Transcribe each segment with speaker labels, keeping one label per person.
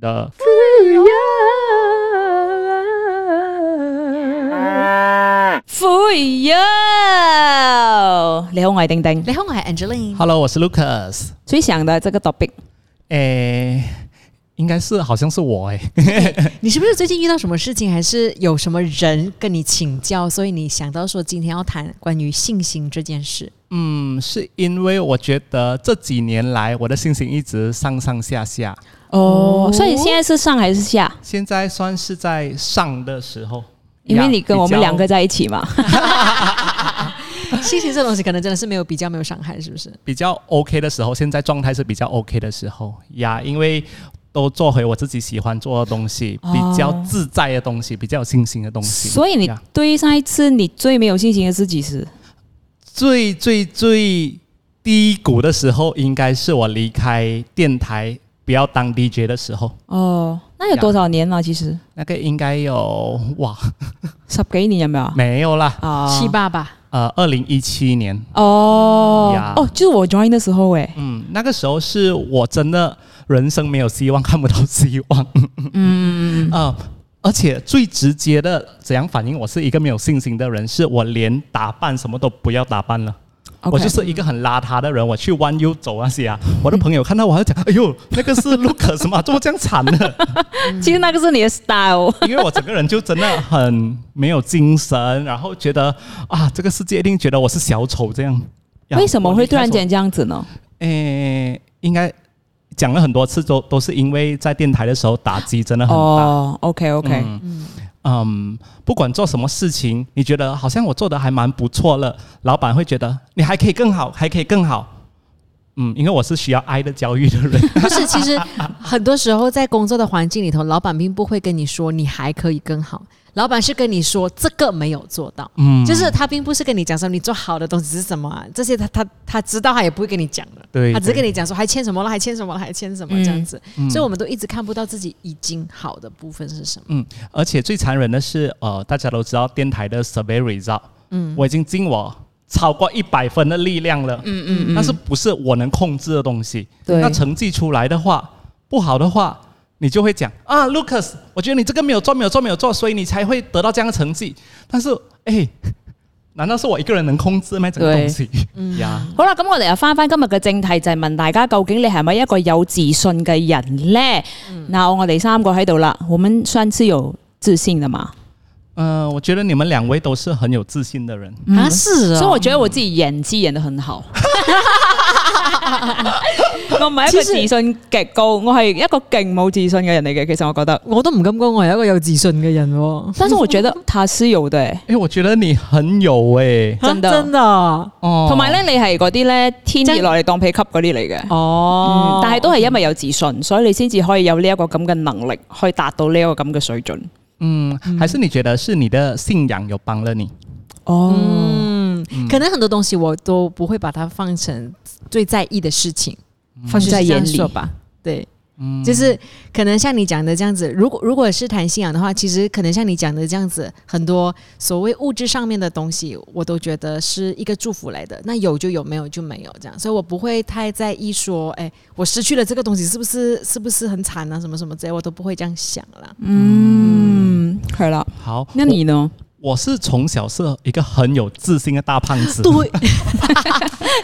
Speaker 1: 的。
Speaker 2: Full Year，你好，我係丁丁。
Speaker 3: 你好，我係 Angeline。
Speaker 1: Hello，我是 Lucas。
Speaker 2: 最想的這個 topic，
Speaker 1: 诶、应该是好像是我诶、
Speaker 3: 你是不是最近遇到什么事情，还是有什么人跟你请教，所以你想到说今天要谈关于信心这件 事？
Speaker 1: 嗯，是因为我觉得这几年来我的心情一直上上下下，
Speaker 2: 哦，所以现在是上还是下？
Speaker 1: 现在算是在上的时候。
Speaker 2: 因为
Speaker 1: 呀
Speaker 2: 你跟我们两个
Speaker 1: 比较
Speaker 2: 在一起嘛。
Speaker 3: 信心这东西可能真的是没有比较，没有伤害，是不是？
Speaker 1: 比较 OK 的时候，现在状态是比较 OK 的时候呀，因为都做回我自己喜欢做的东西，
Speaker 2: 哦
Speaker 1: 比较自在的东西，比较有信心的东西。
Speaker 2: 所以你
Speaker 1: 呀
Speaker 2: 对上一次你最没有信心的是几时？
Speaker 1: 最最最低谷的时候，应该是我离开电台不要当 DJ 的时候，
Speaker 2: 哦，那有
Speaker 1: 呀
Speaker 2: 多少年了？其实
Speaker 1: 那个应该有哇
Speaker 2: 十几年有没有？
Speaker 1: 没有啦，
Speaker 2: 啊
Speaker 3: 七八吧，
Speaker 1: 呃，二零一七年，
Speaker 2: 哦
Speaker 1: 呀
Speaker 2: 哦，就是我 join 的时候欸诶，
Speaker 1: 嗯，那个时候是我真的人生没有希望，看不到希望， 嗯啊。而且最直接的怎样反映我是一个没有信心的人，是我连打扮什么都不要打扮了。我就是一个很邋遢的人，我去弯 U 走那些啊，我的朋友看到我还讲，哎呦，那个是 Lucas 吗？怎么这样惨呢？
Speaker 2: 其实那个是你的 style，
Speaker 1: 因为我整个人就真的很没有精神，然后觉得啊，这个世界一定觉得我是小丑这样。呀
Speaker 2: 为什么会突然？
Speaker 1: 我离开
Speaker 2: 间这样子呢？
Speaker 1: 说诶，应该哎讲了很多次都都是因为在电台的时候打击真的很大。
Speaker 2: 哦，OK OK，
Speaker 1: 嗯嗯，不管做什么事情，你觉得好像我做的还蛮不错了，老板会觉得你还可以更好，还可以更好。嗯，因为我是需要爱的教育的人，
Speaker 3: 不是。其实很多时候在工作的环境里头，老板并不会跟你说你还可以更好，老板是跟你说这个没有做到，
Speaker 1: 嗯，
Speaker 3: 就是他并不是跟你讲说你做好的东西是什么、啊，这些他他他知道他也不会跟你讲的，
Speaker 1: 对嗯
Speaker 3: 他只是
Speaker 1: 对
Speaker 3: 跟你讲说还欠什么了，还欠什么了，还欠什么这样子，所以我们都一直看不到自己已经好的部分是什么。
Speaker 1: 嗯，而且最残忍的是，呃，大家都知道电台的 survey result，嗯，我已经尽我超过一百分的力量了，嗯嗯但是不是我能控制的东西，
Speaker 2: 对
Speaker 1: 那成绩出来的话，不好的话，你就会讲啊，Lucas，我觉得你这个没有做，没有做，没有做，所以你才会得到这样的成绩。但是，哎，难道是我一个人能控制吗？这个
Speaker 2: 对
Speaker 1: 东西，嗯呀，
Speaker 2: 好啦，咁我哋又翻翻今日嘅正題，就係、問大家究竟你係咪一個有自信嘅人呢？
Speaker 3: 嗯
Speaker 2: 嗱、我哋三個喺度啦，我們算是有自信的嘛，
Speaker 1: 呃，我觉得你们两位都是很有自信的人，
Speaker 3: 啊，是啊、
Speaker 2: 所以我覺得我自己演技演得很 好。 我唔係一個
Speaker 3: 其實
Speaker 2: 自信極高，我係一個勁冇自信嘅人嚟嘅。其實我覺得，
Speaker 3: 我都唔敢講我係一個有自信嘅人喎、
Speaker 2: 但是我覺得他是有的、欸，
Speaker 1: 哎，我觉得你很有哎，
Speaker 2: 真的
Speaker 3: 啊 真的啊
Speaker 1: 哦，
Speaker 2: 同埋咧你係嗰啲咧天熱落嚟當被吸嗰啲嚟嘅。嗯，
Speaker 3: 哦
Speaker 2: 但係都係因為有自信，所以你先至可以有呢一個咁嘅能力，去達到呢一個咁嘅水準。
Speaker 1: 嗯，还是你觉得是你的信仰有帮了你？
Speaker 2: 哦，
Speaker 3: 嗯，可能很多东西我都不会把它放成最在意的事情，
Speaker 2: 放在眼
Speaker 3: 就是这
Speaker 2: 里
Speaker 3: 样说吧。对，就是可能像你讲的这样子，如果如果是谈信仰的话，其实可能像你讲的这样子，很多所谓物质上面的东西，我都觉得是一个祝福来的。那有就有，没有就没有，这样，所以我不会太在意说，哎，我失去了这个东西，是不是是不是很惨啊？什么什么之类，我都不会这样想啦。
Speaker 2: 嗯，係啦。
Speaker 1: 好，
Speaker 2: 那你呢？
Speaker 1: 我我是从小是一个很有自信的大胖 子，
Speaker 3: 对，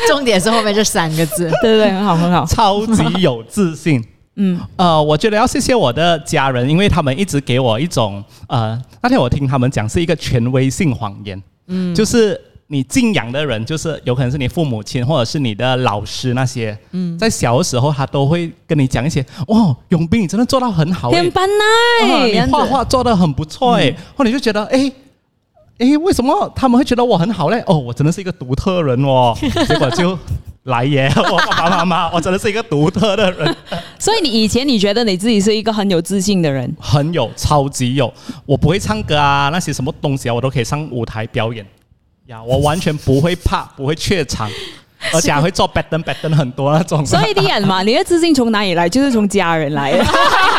Speaker 3: 重点是后面这三个字。
Speaker 2: 对对对，很好很 好。
Speaker 1: 超级有自信。
Speaker 2: 嗯，
Speaker 1: 呃，我觉得要谢谢我的家人，因为他们一直给我一种呃，那天我听他们讲是一个权威性谎言，嗯，就是你敬仰的人，就是有可能是你父母亲或者是你的老师那些，嗯，在小的时候他都会跟你讲一些，哦，永斌你真的做到很好、欸，
Speaker 2: 天班哎
Speaker 1: 啊，
Speaker 2: 奈，
Speaker 1: 你画画做的很不错
Speaker 2: 嗯
Speaker 1: 哎、后来就觉得哎。诶诶，为什么他们会觉得我很好嘞？哦，我真的是一个独特人 哦。结果就来耶， 我爸爸妈妈，我真的是一个独特的人，
Speaker 2: 所以你以前你觉得你自己是一个很有自信的 人，
Speaker 1: 很有，超级有。我不会唱歌啊，那些什么东西啊，我都可以上舞台表演呀。我完全不会 怕，不会怯场，而且还会做 b a t t e n b a t t e n 很多那种。
Speaker 2: 所以啲人嘛，你的自信从哪里来？就是从家人来啊的。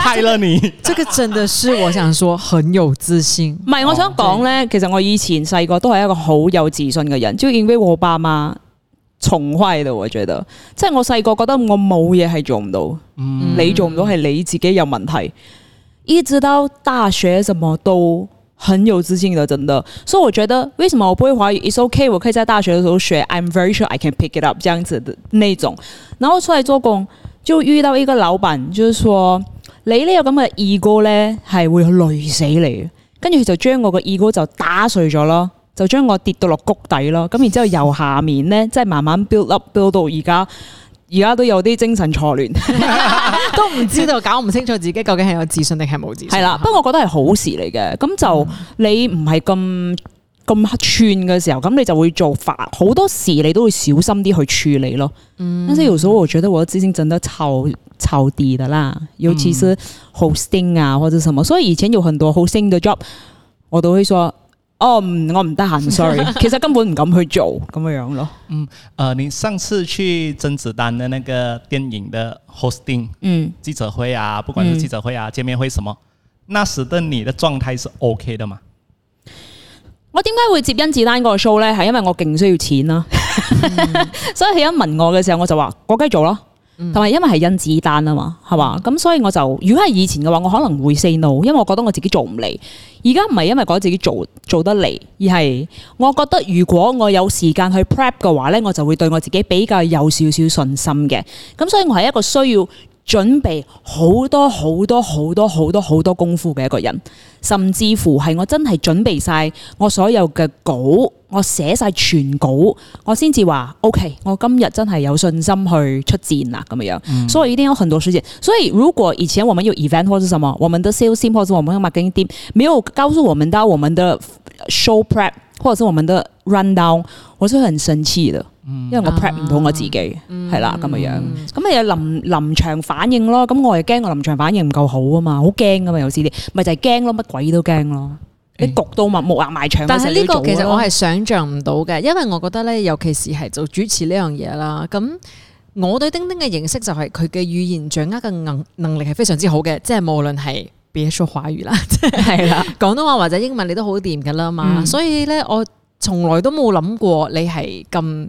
Speaker 1: 害了你。
Speaker 3: 这个真的是我想说很有自信。
Speaker 2: 唔係，我想講咧，其實我以前細個都係一個好有自信嘅人，就因為我爸媽宠坏的，我覺得，即係我細個覺得我冇嘢係做唔到，你做唔到係你自己有問題。一直到大學，什麼都很有自信的，真的。所以我覺得，為什麼我不會華語？It's OK，我可以在大學的時候學，I'm very sure I can pick it up 這樣子的那種。然後出來做工，就遇到一個老闆，就是說你呢個咁嘅 ego 咧係會累死你嘅。跟住佢就將我個 ego 就打碎咗咯，就將我跌到落谷底咯。咁然之後由下面咧，即係慢慢 build up build 到而家，而家都有啲精神錯亂。
Speaker 3: 都唔知道，搞唔清楚自己究竟係有自信定係冇自信。
Speaker 2: 係啦，不過我覺得係好事嚟嘅。咁就你唔係咁咁串嘅時候，咁你就會做法好多事，你都會小心啲去處理咯。嗯，但是有時候我覺得我的自信真的超超低的啦，尤其是 hosting 啊或者什麼，所以以前有很多 hosting 嘅 job，我都會說。哦，唔我唔得閒，sorry。其 實根本唔敢去做咁樣樣咯。
Speaker 1: 呃，你上次去甄子丹的那个电影的 hosting
Speaker 2: 嗯，
Speaker 1: 记者会啊，不管是记者会啊、见面会什么，那时的你的状态是 OK 的嘛？
Speaker 2: 我點解會接甄子丹嗰個 show 咧？係因為我勁需要錢啦、 所以佢一問我嘅時候，我就話我梗係做咯。同埋因為係甄子丹啊嘛，係嘛？咁所以我就如果係以前嘅話，我可能會 say no，因為我覺得我自己做唔嚟。而家唔係因為覺得自己做做得嚟，而係我覺得如果我有時間去 prep 嘅話咧，我就會對我自己比較有少少信心嘅。咁所以我係一個需要準備好多好多好多好多好多功夫嘅一個人，甚至乎係我真係準備晒我所有嘅稿，我寫晒全稿，我先至話 OK，我今日真係有信心去出戰啦咁樣。所以一定要很多時間。所以如果以前我們有 event 或是什麼，我們的 sales team 或者我們的 marketing team 沒有告訴我們到我們的 show prep 或者是我們的 rundown，我是會很生氣的。因為我
Speaker 3: 啊
Speaker 2: prep 唔到我自己，係
Speaker 3: 嗯
Speaker 2: 啦咁嘅樣，咁你有臨臨場反應咯，咁我又驚我臨場反應唔夠好啊嘛，好驚噶嘛有時啲，咪就係驚咯，乜鬼都驚咯，你焗到埋木牙埋牆嘅
Speaker 3: 但
Speaker 2: 時候
Speaker 3: 係
Speaker 2: 你
Speaker 3: 呢
Speaker 2: 要做啊
Speaker 3: 個
Speaker 2: 咯。
Speaker 3: 其實我係想像唔到嘅，因為我覺得咧，尤其是係做主持呢樣嘢啦，咁。我對丁丁嘅認識就係佢嘅語言掌握嘅能能力係非常之好嘅，即係無論係 別說華語啦，
Speaker 2: 係啦，
Speaker 3: 廣東話或者英文你都好掂噶啦嘛，
Speaker 2: 嗯
Speaker 3: 所以咧我從來都冇諗過你係咁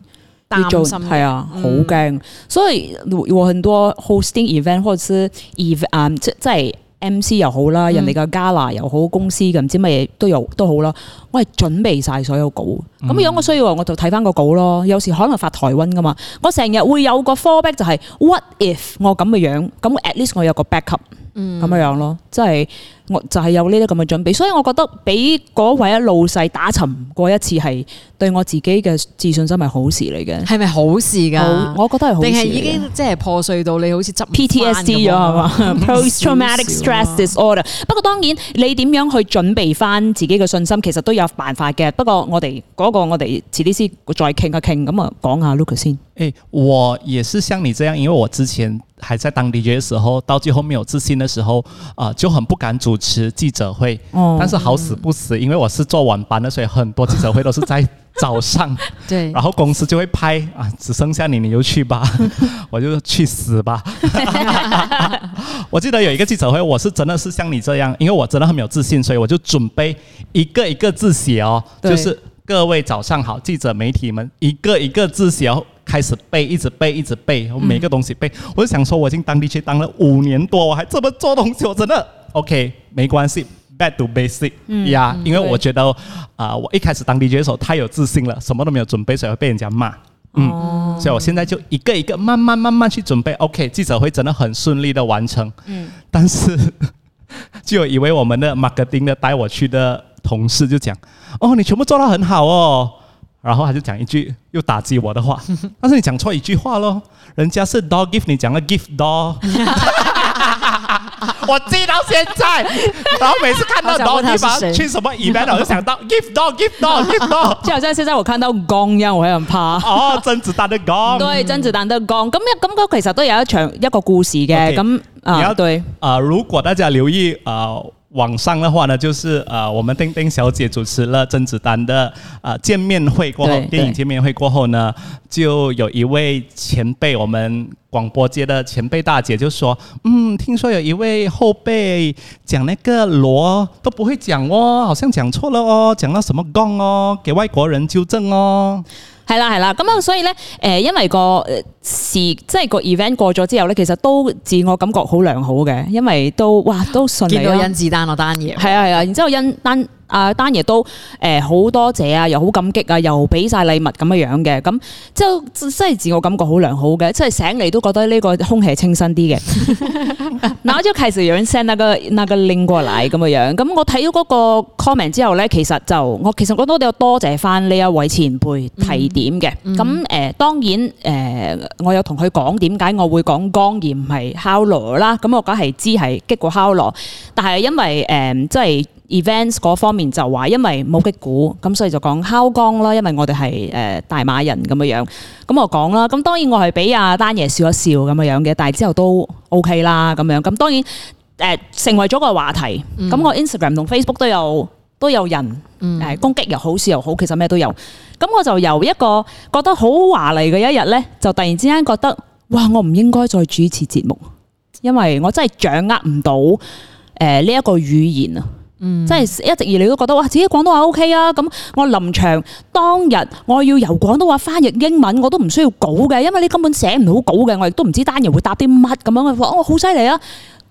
Speaker 2: 要做
Speaker 3: 擔心
Speaker 2: 係
Speaker 3: 嘅。嗯
Speaker 2: 啊，好驚。所以我很多 hosting event 或者是 event 啊、即即係 MC 又好
Speaker 3: 嗯
Speaker 2: 啦，人哋嘅 gala 又好，公司嘅唔知乜嘢都有都好啦。我係準備晒所有稿，咁、
Speaker 3: 嗯
Speaker 2: 如果我需要我就睇翻個稿咯。有時可能發台灣噶嘛，我成日會有個 fallback 就係、what if 我咁嘅樣，咁 at least 我有個 backup。咁
Speaker 3: 嗯
Speaker 2: 樣樣咯，即係我就係有呢啲咁嘅準備，所以我覺得俾嗰位老細打沉過一次係對我自己嘅自信心係好事嚟嘅。
Speaker 3: 係咪好事㗎？
Speaker 2: 好我覺得係好事嚟
Speaker 3: 定
Speaker 2: 嘅
Speaker 3: 係已經即係破碎到你好似執唔返咁啊
Speaker 2: PTSD 咗係嘛 ？Post traumatic
Speaker 3: 少少啊
Speaker 2: stress disorder。不過當然，你點樣去準備翻自己嘅信心，其實都有辦法嘅。不過我哋嗰、個我哋遲啲先再傾一傾。咁啊，講下 Lucas 先。
Speaker 1: 诶，我也是像你这样，因为我之前还在当 DJ 的时候，到最后没有自信的时候，啊、就很不敢主持记者会。
Speaker 2: 哦
Speaker 1: 但是好死不死，因为我是做晚班的，所以很多记者会都是在早上，
Speaker 3: 對
Speaker 2: 啊
Speaker 1: 然，后公司就会拍啊，只剩下你，你就去吧，我就去死吧。我记得有一个记者会，我是真的是像你这样，因为我真的很没有自信，所以我就准备一个一个字写哦，
Speaker 3: 对
Speaker 1: 就是各位早上好，记者媒体们，一个一个字写哦。开始背，一直背，一直背，我每个东西背。我就想说，我已经当 DJ 当了五年多，我还这么做东西，我真的 OK，没关系，back to basic 呀、因为我觉得啊、我一开始当 DJ 的时候太有自信了，什么都没有准备，所以会被人家骂。嗯，
Speaker 3: 哦
Speaker 1: 所以我现在就一个一个慢慢慢慢去准备。OK，记者会真的很顺利的完成。嗯，但是 就有一位我们的 marketing 的带我去的同事就讲：“哦，你全部做到很好哦。”然后他就讲一句又打击我的 话，但是你讲错一句话咯，人家是 door gift，你讲了 gift door。我记到现 在，然后每次看到
Speaker 3: 好想
Speaker 1: door
Speaker 3: 问他
Speaker 1: gift
Speaker 3: 是
Speaker 1: 啊
Speaker 3: 谁
Speaker 1: 去什么 event，我就想到 gift door，gift door，gift door。
Speaker 2: 就好像現在我看到光一樣，我會很怕。
Speaker 1: 哦，嗯甄子丹的歌。
Speaker 2: 對，甄子丹都講咁咁嗰其實都有一場一個故事嘅。
Speaker 1: OK，
Speaker 2: 咁
Speaker 1: 你
Speaker 2: 啊，
Speaker 1: 要
Speaker 2: 對。
Speaker 1: 啊、如果大家留意啊、呃网上的话呢，就是呃，我们丁丁小姐主持了甄子丹的啊见面会过后
Speaker 2: 对，
Speaker 1: 电
Speaker 2: 对
Speaker 1: 影见面会过后呢，就有一位前辈，我们广播界的前辈大姐就说，嗯，听说有一位后辈讲那个罗都不会讲哦，好像讲错了哦，讲到什么 gong 哦，给外国人纠正哦。
Speaker 2: 係啦係啦，咁啊，所以咧，诶，因為個呃事即係個 event 過咗之後咧，其實都自我感覺好良好嘅，因為都哇都順利
Speaker 3: 見
Speaker 2: 啦
Speaker 3: 到甄子丹嗰單嘢，
Speaker 2: 係啊係啊，然之後欣丹啊丹爺都誒好、多謝啊，又好感激啊，又俾晒禮物咁樣樣嘅，咁之後真係自我感覺好良好嘅，即係醒嚟都覺得呢個空氣係清新啲嘅。嗱，我就開始有人 send 那個那個 link 過嚟咁樣樣，咁我睇到嗰個 comment 之後咧，其實就我其實我都有多謝翻呢一位前輩提點嘅，咁誒、呃當然誒、呃我有同佢講點解我會講江而唔係烤螺啦，咁我梗係知係激過烤螺。但係因為誒、嗯即係 events 嗰方面就話，因為冇擊鼓，咁所以就講敲江啦。因為我哋係誒大馬人咁樣樣，咁我講啦。咁當然我係俾阿丹爺笑一笑咁樣樣嘅，但係之後都 OK 啦咁樣。咁當然誒、呃成為咗個話題，咁、我 Instagram 同 Facebook 都有都有人誒、呃攻擊又好，笑又好，其實咩都有。咁我就由一個覺得好華麗嘅一日咧，就突然之間覺得，哇！我唔應該再主持節目，因為我真係掌握唔到誒呃呢一個語言啊。即係一直以嚟都覺得哇，自己廣東話 O K 啊！咁我臨場當日我要由廣東話翻譯英文，我都唔需要稿嘅，因為你根本寫唔到稿嘅，我亦都唔知單人會答啲乜咁樣。我話哦，好犀利啊！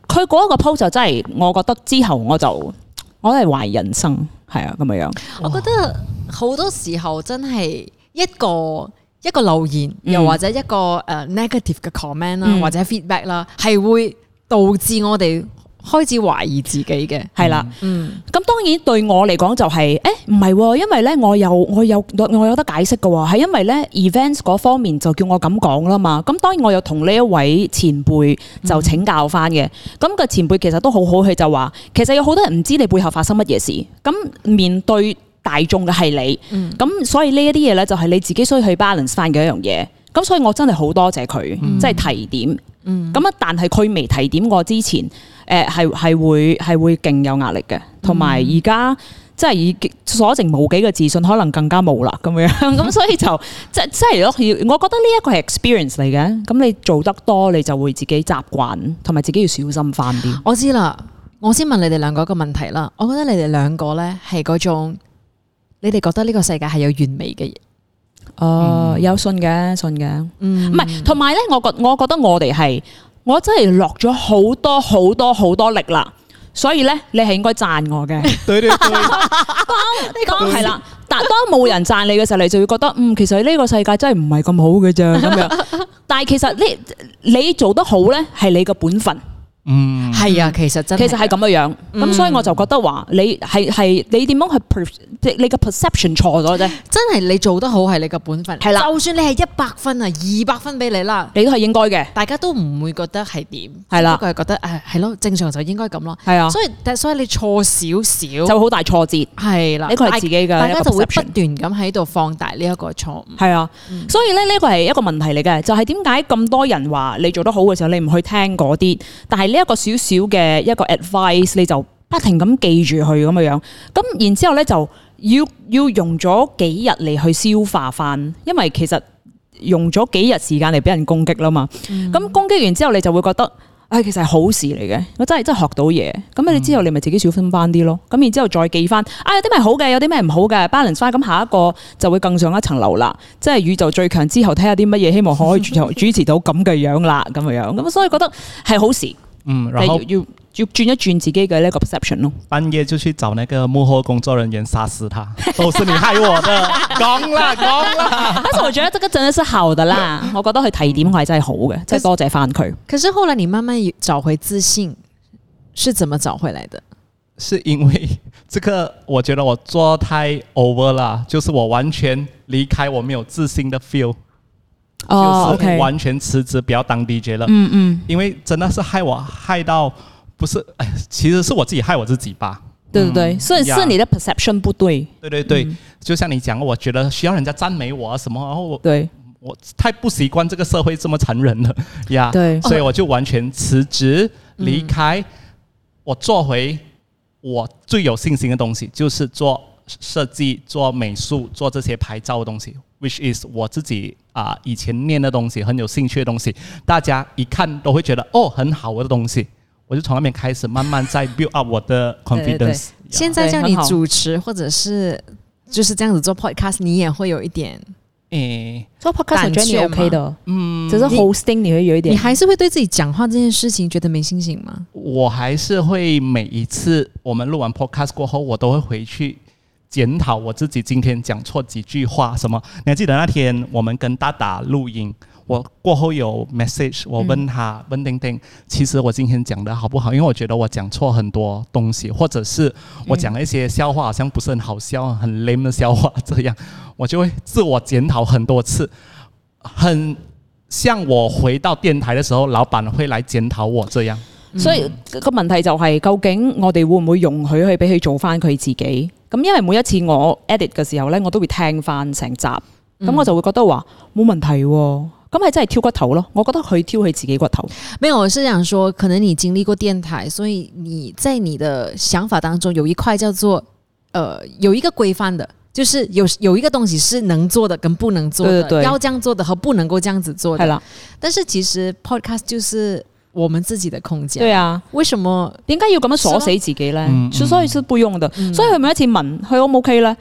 Speaker 2: 佢嗰一個 post 就真係，我覺得之後我就我都係懷疑人生，係啊咁樣樣。
Speaker 3: 我覺得好多時候真係一個一個留言，
Speaker 2: 嗯
Speaker 3: 又或者一個誒 negative 嘅 comment 啦，
Speaker 2: 嗯
Speaker 3: 或者 feedback 啦，係會導致我哋開始懷疑自己嘅。
Speaker 2: 係啦，
Speaker 3: 嗯，
Speaker 2: 咁當然對我嚟講就係、誒唔係喎，因為咧我有我有我有得解釋嘅喎，係因為咧 events 嗰方面就叫我咁講啦嘛。咁當然我又同呢一位前輩就請教翻嘅。咁、個前輩其實都好好，佢就話其實有好多人唔知你背後發生乜嘢事，咁面對大眾嘅係你，咁、所以呢一啲嘢咧就係你自己需要去 balance 翻嘅一樣嘢。咁所以我真係好多謝佢，即係提點。咁啊，但係佢未提點我之前，誒係係會係會勁有壓力嘅，同埋而家即係已經所剩無幾嘅自信，可能更加冇啦咁樣。咁所以就即即係咯，要我覺得呢一個係 experience 嚟嘅。咁你做得多，你就會自己習慣，同埋自己要小心翻啲。
Speaker 3: 我知啦，我先問你哋兩個一個問題啦。我覺得你哋兩個咧係嗰種，你哋覺得呢個世界係有完美嘅嘢。
Speaker 2: 哦，有信嘅，信嘅，嗯唔係，同埋咧，我覺我覺得我哋係，我真係落咗好多好多好多力啦，所以咧，你係應該讚我嘅。
Speaker 1: 对 对对，
Speaker 2: 當係啦，但當冇人讚你嘅時候，你就會覺得嗯，其實呢個世界真係唔係咁好嘅啫 咁樣。但係其實呢，你做得好咧，係你嘅本分，
Speaker 1: 嗯，
Speaker 3: 係啊，其實真
Speaker 2: 其實係咁嗯嘅樣。咁、所以我就覺得話，你係係你點樣去 per- 你你嘅 perception 錯咗啫，
Speaker 3: 真係你做得好係你嘅本分。
Speaker 2: 係啦
Speaker 3: 就算你係一百分啊，二百分俾你啦，
Speaker 2: 你都係應該嘅。
Speaker 3: 大家都唔會覺得係點。
Speaker 2: 係啦
Speaker 3: 不過係覺得誒係咯，正常就應該咁咯。
Speaker 2: 係啊，
Speaker 3: 所以但所以你錯少少
Speaker 2: 就會好大挫折。
Speaker 3: 係啦，
Speaker 2: 呢個係自己嘅
Speaker 3: 大大
Speaker 2: 一
Speaker 3: 家
Speaker 2: 個
Speaker 3: 就會不
Speaker 2: perception
Speaker 3: 斷咁喺度放大呢一個錯誤。
Speaker 2: 係啊，所以咧呢個係一個問題嚟嘅，就係點解咁多人話你做得好嘅時候，你唔去聽嗰啲，但係呢一個少少嘅一個 advice，你就不停咁記住佢咁嘅樣，咁然之後咧就要要用咗幾日嚟去消化翻，因為其實用咗幾日時間嚟俾人攻擊啦嘛，咁、攻擊完之後你就會覺得。唉，其實係好事嚟嘅，我真係真係學到嘢。咁你之後你咪自己小心翻啲咯。咁然之後再記翻，啊有啲咩好嘅，有啲咩唔好嘅，balance 翻。咁下一個就會更上一層樓啦。即係宇宙最強之後，睇下啲乜嘢，希望可以主 主持到咁嘅樣啦，咁嘅樣。咁所以覺得係好事，
Speaker 1: 嗯，
Speaker 2: 但
Speaker 1: 然
Speaker 2: 係要
Speaker 1: 后
Speaker 2: 要要轉一轉自己嘅呢個 perception 咯。
Speaker 1: 半夜就去找那个幕后工作人员杀死 他，都是你害我的，讲啦讲啦，
Speaker 2: 但是啊我覺得這個真的是好的啦，我覺得佢提點我係真係好嘅，即係多謝翻佢。
Speaker 3: 可是後來你慢慢找回自信，是怎麼找回來的？
Speaker 1: 是因为这个，我觉得我做太 over 了，就是我完全离开我没有自信的 feel，、就是
Speaker 2: 哦
Speaker 1: 完全辞职，不要当 DJ 了。
Speaker 2: 嗯嗯，
Speaker 1: 因为真的是害我害到不是，哎其实是我自己害我自己吧。
Speaker 2: 對對對，所以
Speaker 1: 呀
Speaker 2: 是你的 perception 不對，
Speaker 1: 对对对，就像你讲，我觉得需要人家赞美我啊什么，然后我
Speaker 2: 對
Speaker 1: 我太不习惯这个社会这么残忍了 呀
Speaker 2: 對
Speaker 1: 所以我就完全辞职
Speaker 2: 嗯
Speaker 1: 离开，我做回我最有信心的东西，就是做设计、做美术、做这些拍照的东西，which is 我自己啊、以前念的东西，很有兴趣的东西，大家一看都会觉得哦很好的东西，我就从那边开始慢慢在 build up 我的 confidence
Speaker 2: 对对
Speaker 1: 呀
Speaker 3: 現在
Speaker 2: 對
Speaker 3: 叫你
Speaker 2: 很好
Speaker 3: 主持或者是就是這樣子做 podcast，你也會有一點
Speaker 1: 诶，
Speaker 2: 做 podcast 我觉得你
Speaker 3: 胆怯嘛
Speaker 2: OK 的，
Speaker 1: 嗯，
Speaker 2: 只是 hosting 你会有一点
Speaker 3: 你还是会对自己讲话这件事情觉得没信心吗？
Speaker 1: 我还是会每一次我们录完 podcast 过后，我都会回去检讨我自己今天讲错几句话什么。你还记得那天我们跟大大录音，我过后有 message，我问他、问丁丁，其实我今天讲的好不好？因为我觉得我讲错很多东西，或者是我讲了一些笑话好像不是很好笑，很 lame 的笑话这样，我就会自我检讨很多次，很。像我回到电台的时候，老板会来检讨我这样。
Speaker 2: 所以個問題就係、究竟我哋會唔會容許佢俾佢做翻佢自己？咁因為每一次我 edit 嘅時候咧，我都會聽翻成集，咁、我就會覺得話冇問題喎、咁係真係挑骨頭咯，我覺得佢挑佢自己骨頭。
Speaker 3: 没有，我是想说，可能你经历过电台，所以你在你的想法当中有一块叫做呃，有一个规范的，就是有有一个东西是能做的跟不能做的，
Speaker 2: 对对对
Speaker 3: 要这样做的和不能够这样子
Speaker 2: 係
Speaker 3: 做
Speaker 2: 啊
Speaker 3: 的。
Speaker 2: 啦，
Speaker 3: 但是其实 podcast 就是我们自己的空间。
Speaker 2: 對啊，
Speaker 3: 为什么？
Speaker 2: 點解要咁樣鎖死自己咧？
Speaker 1: 嗯嗯
Speaker 2: 所以是不用的。所以佢每一次問佢 O 唔 OK 咧，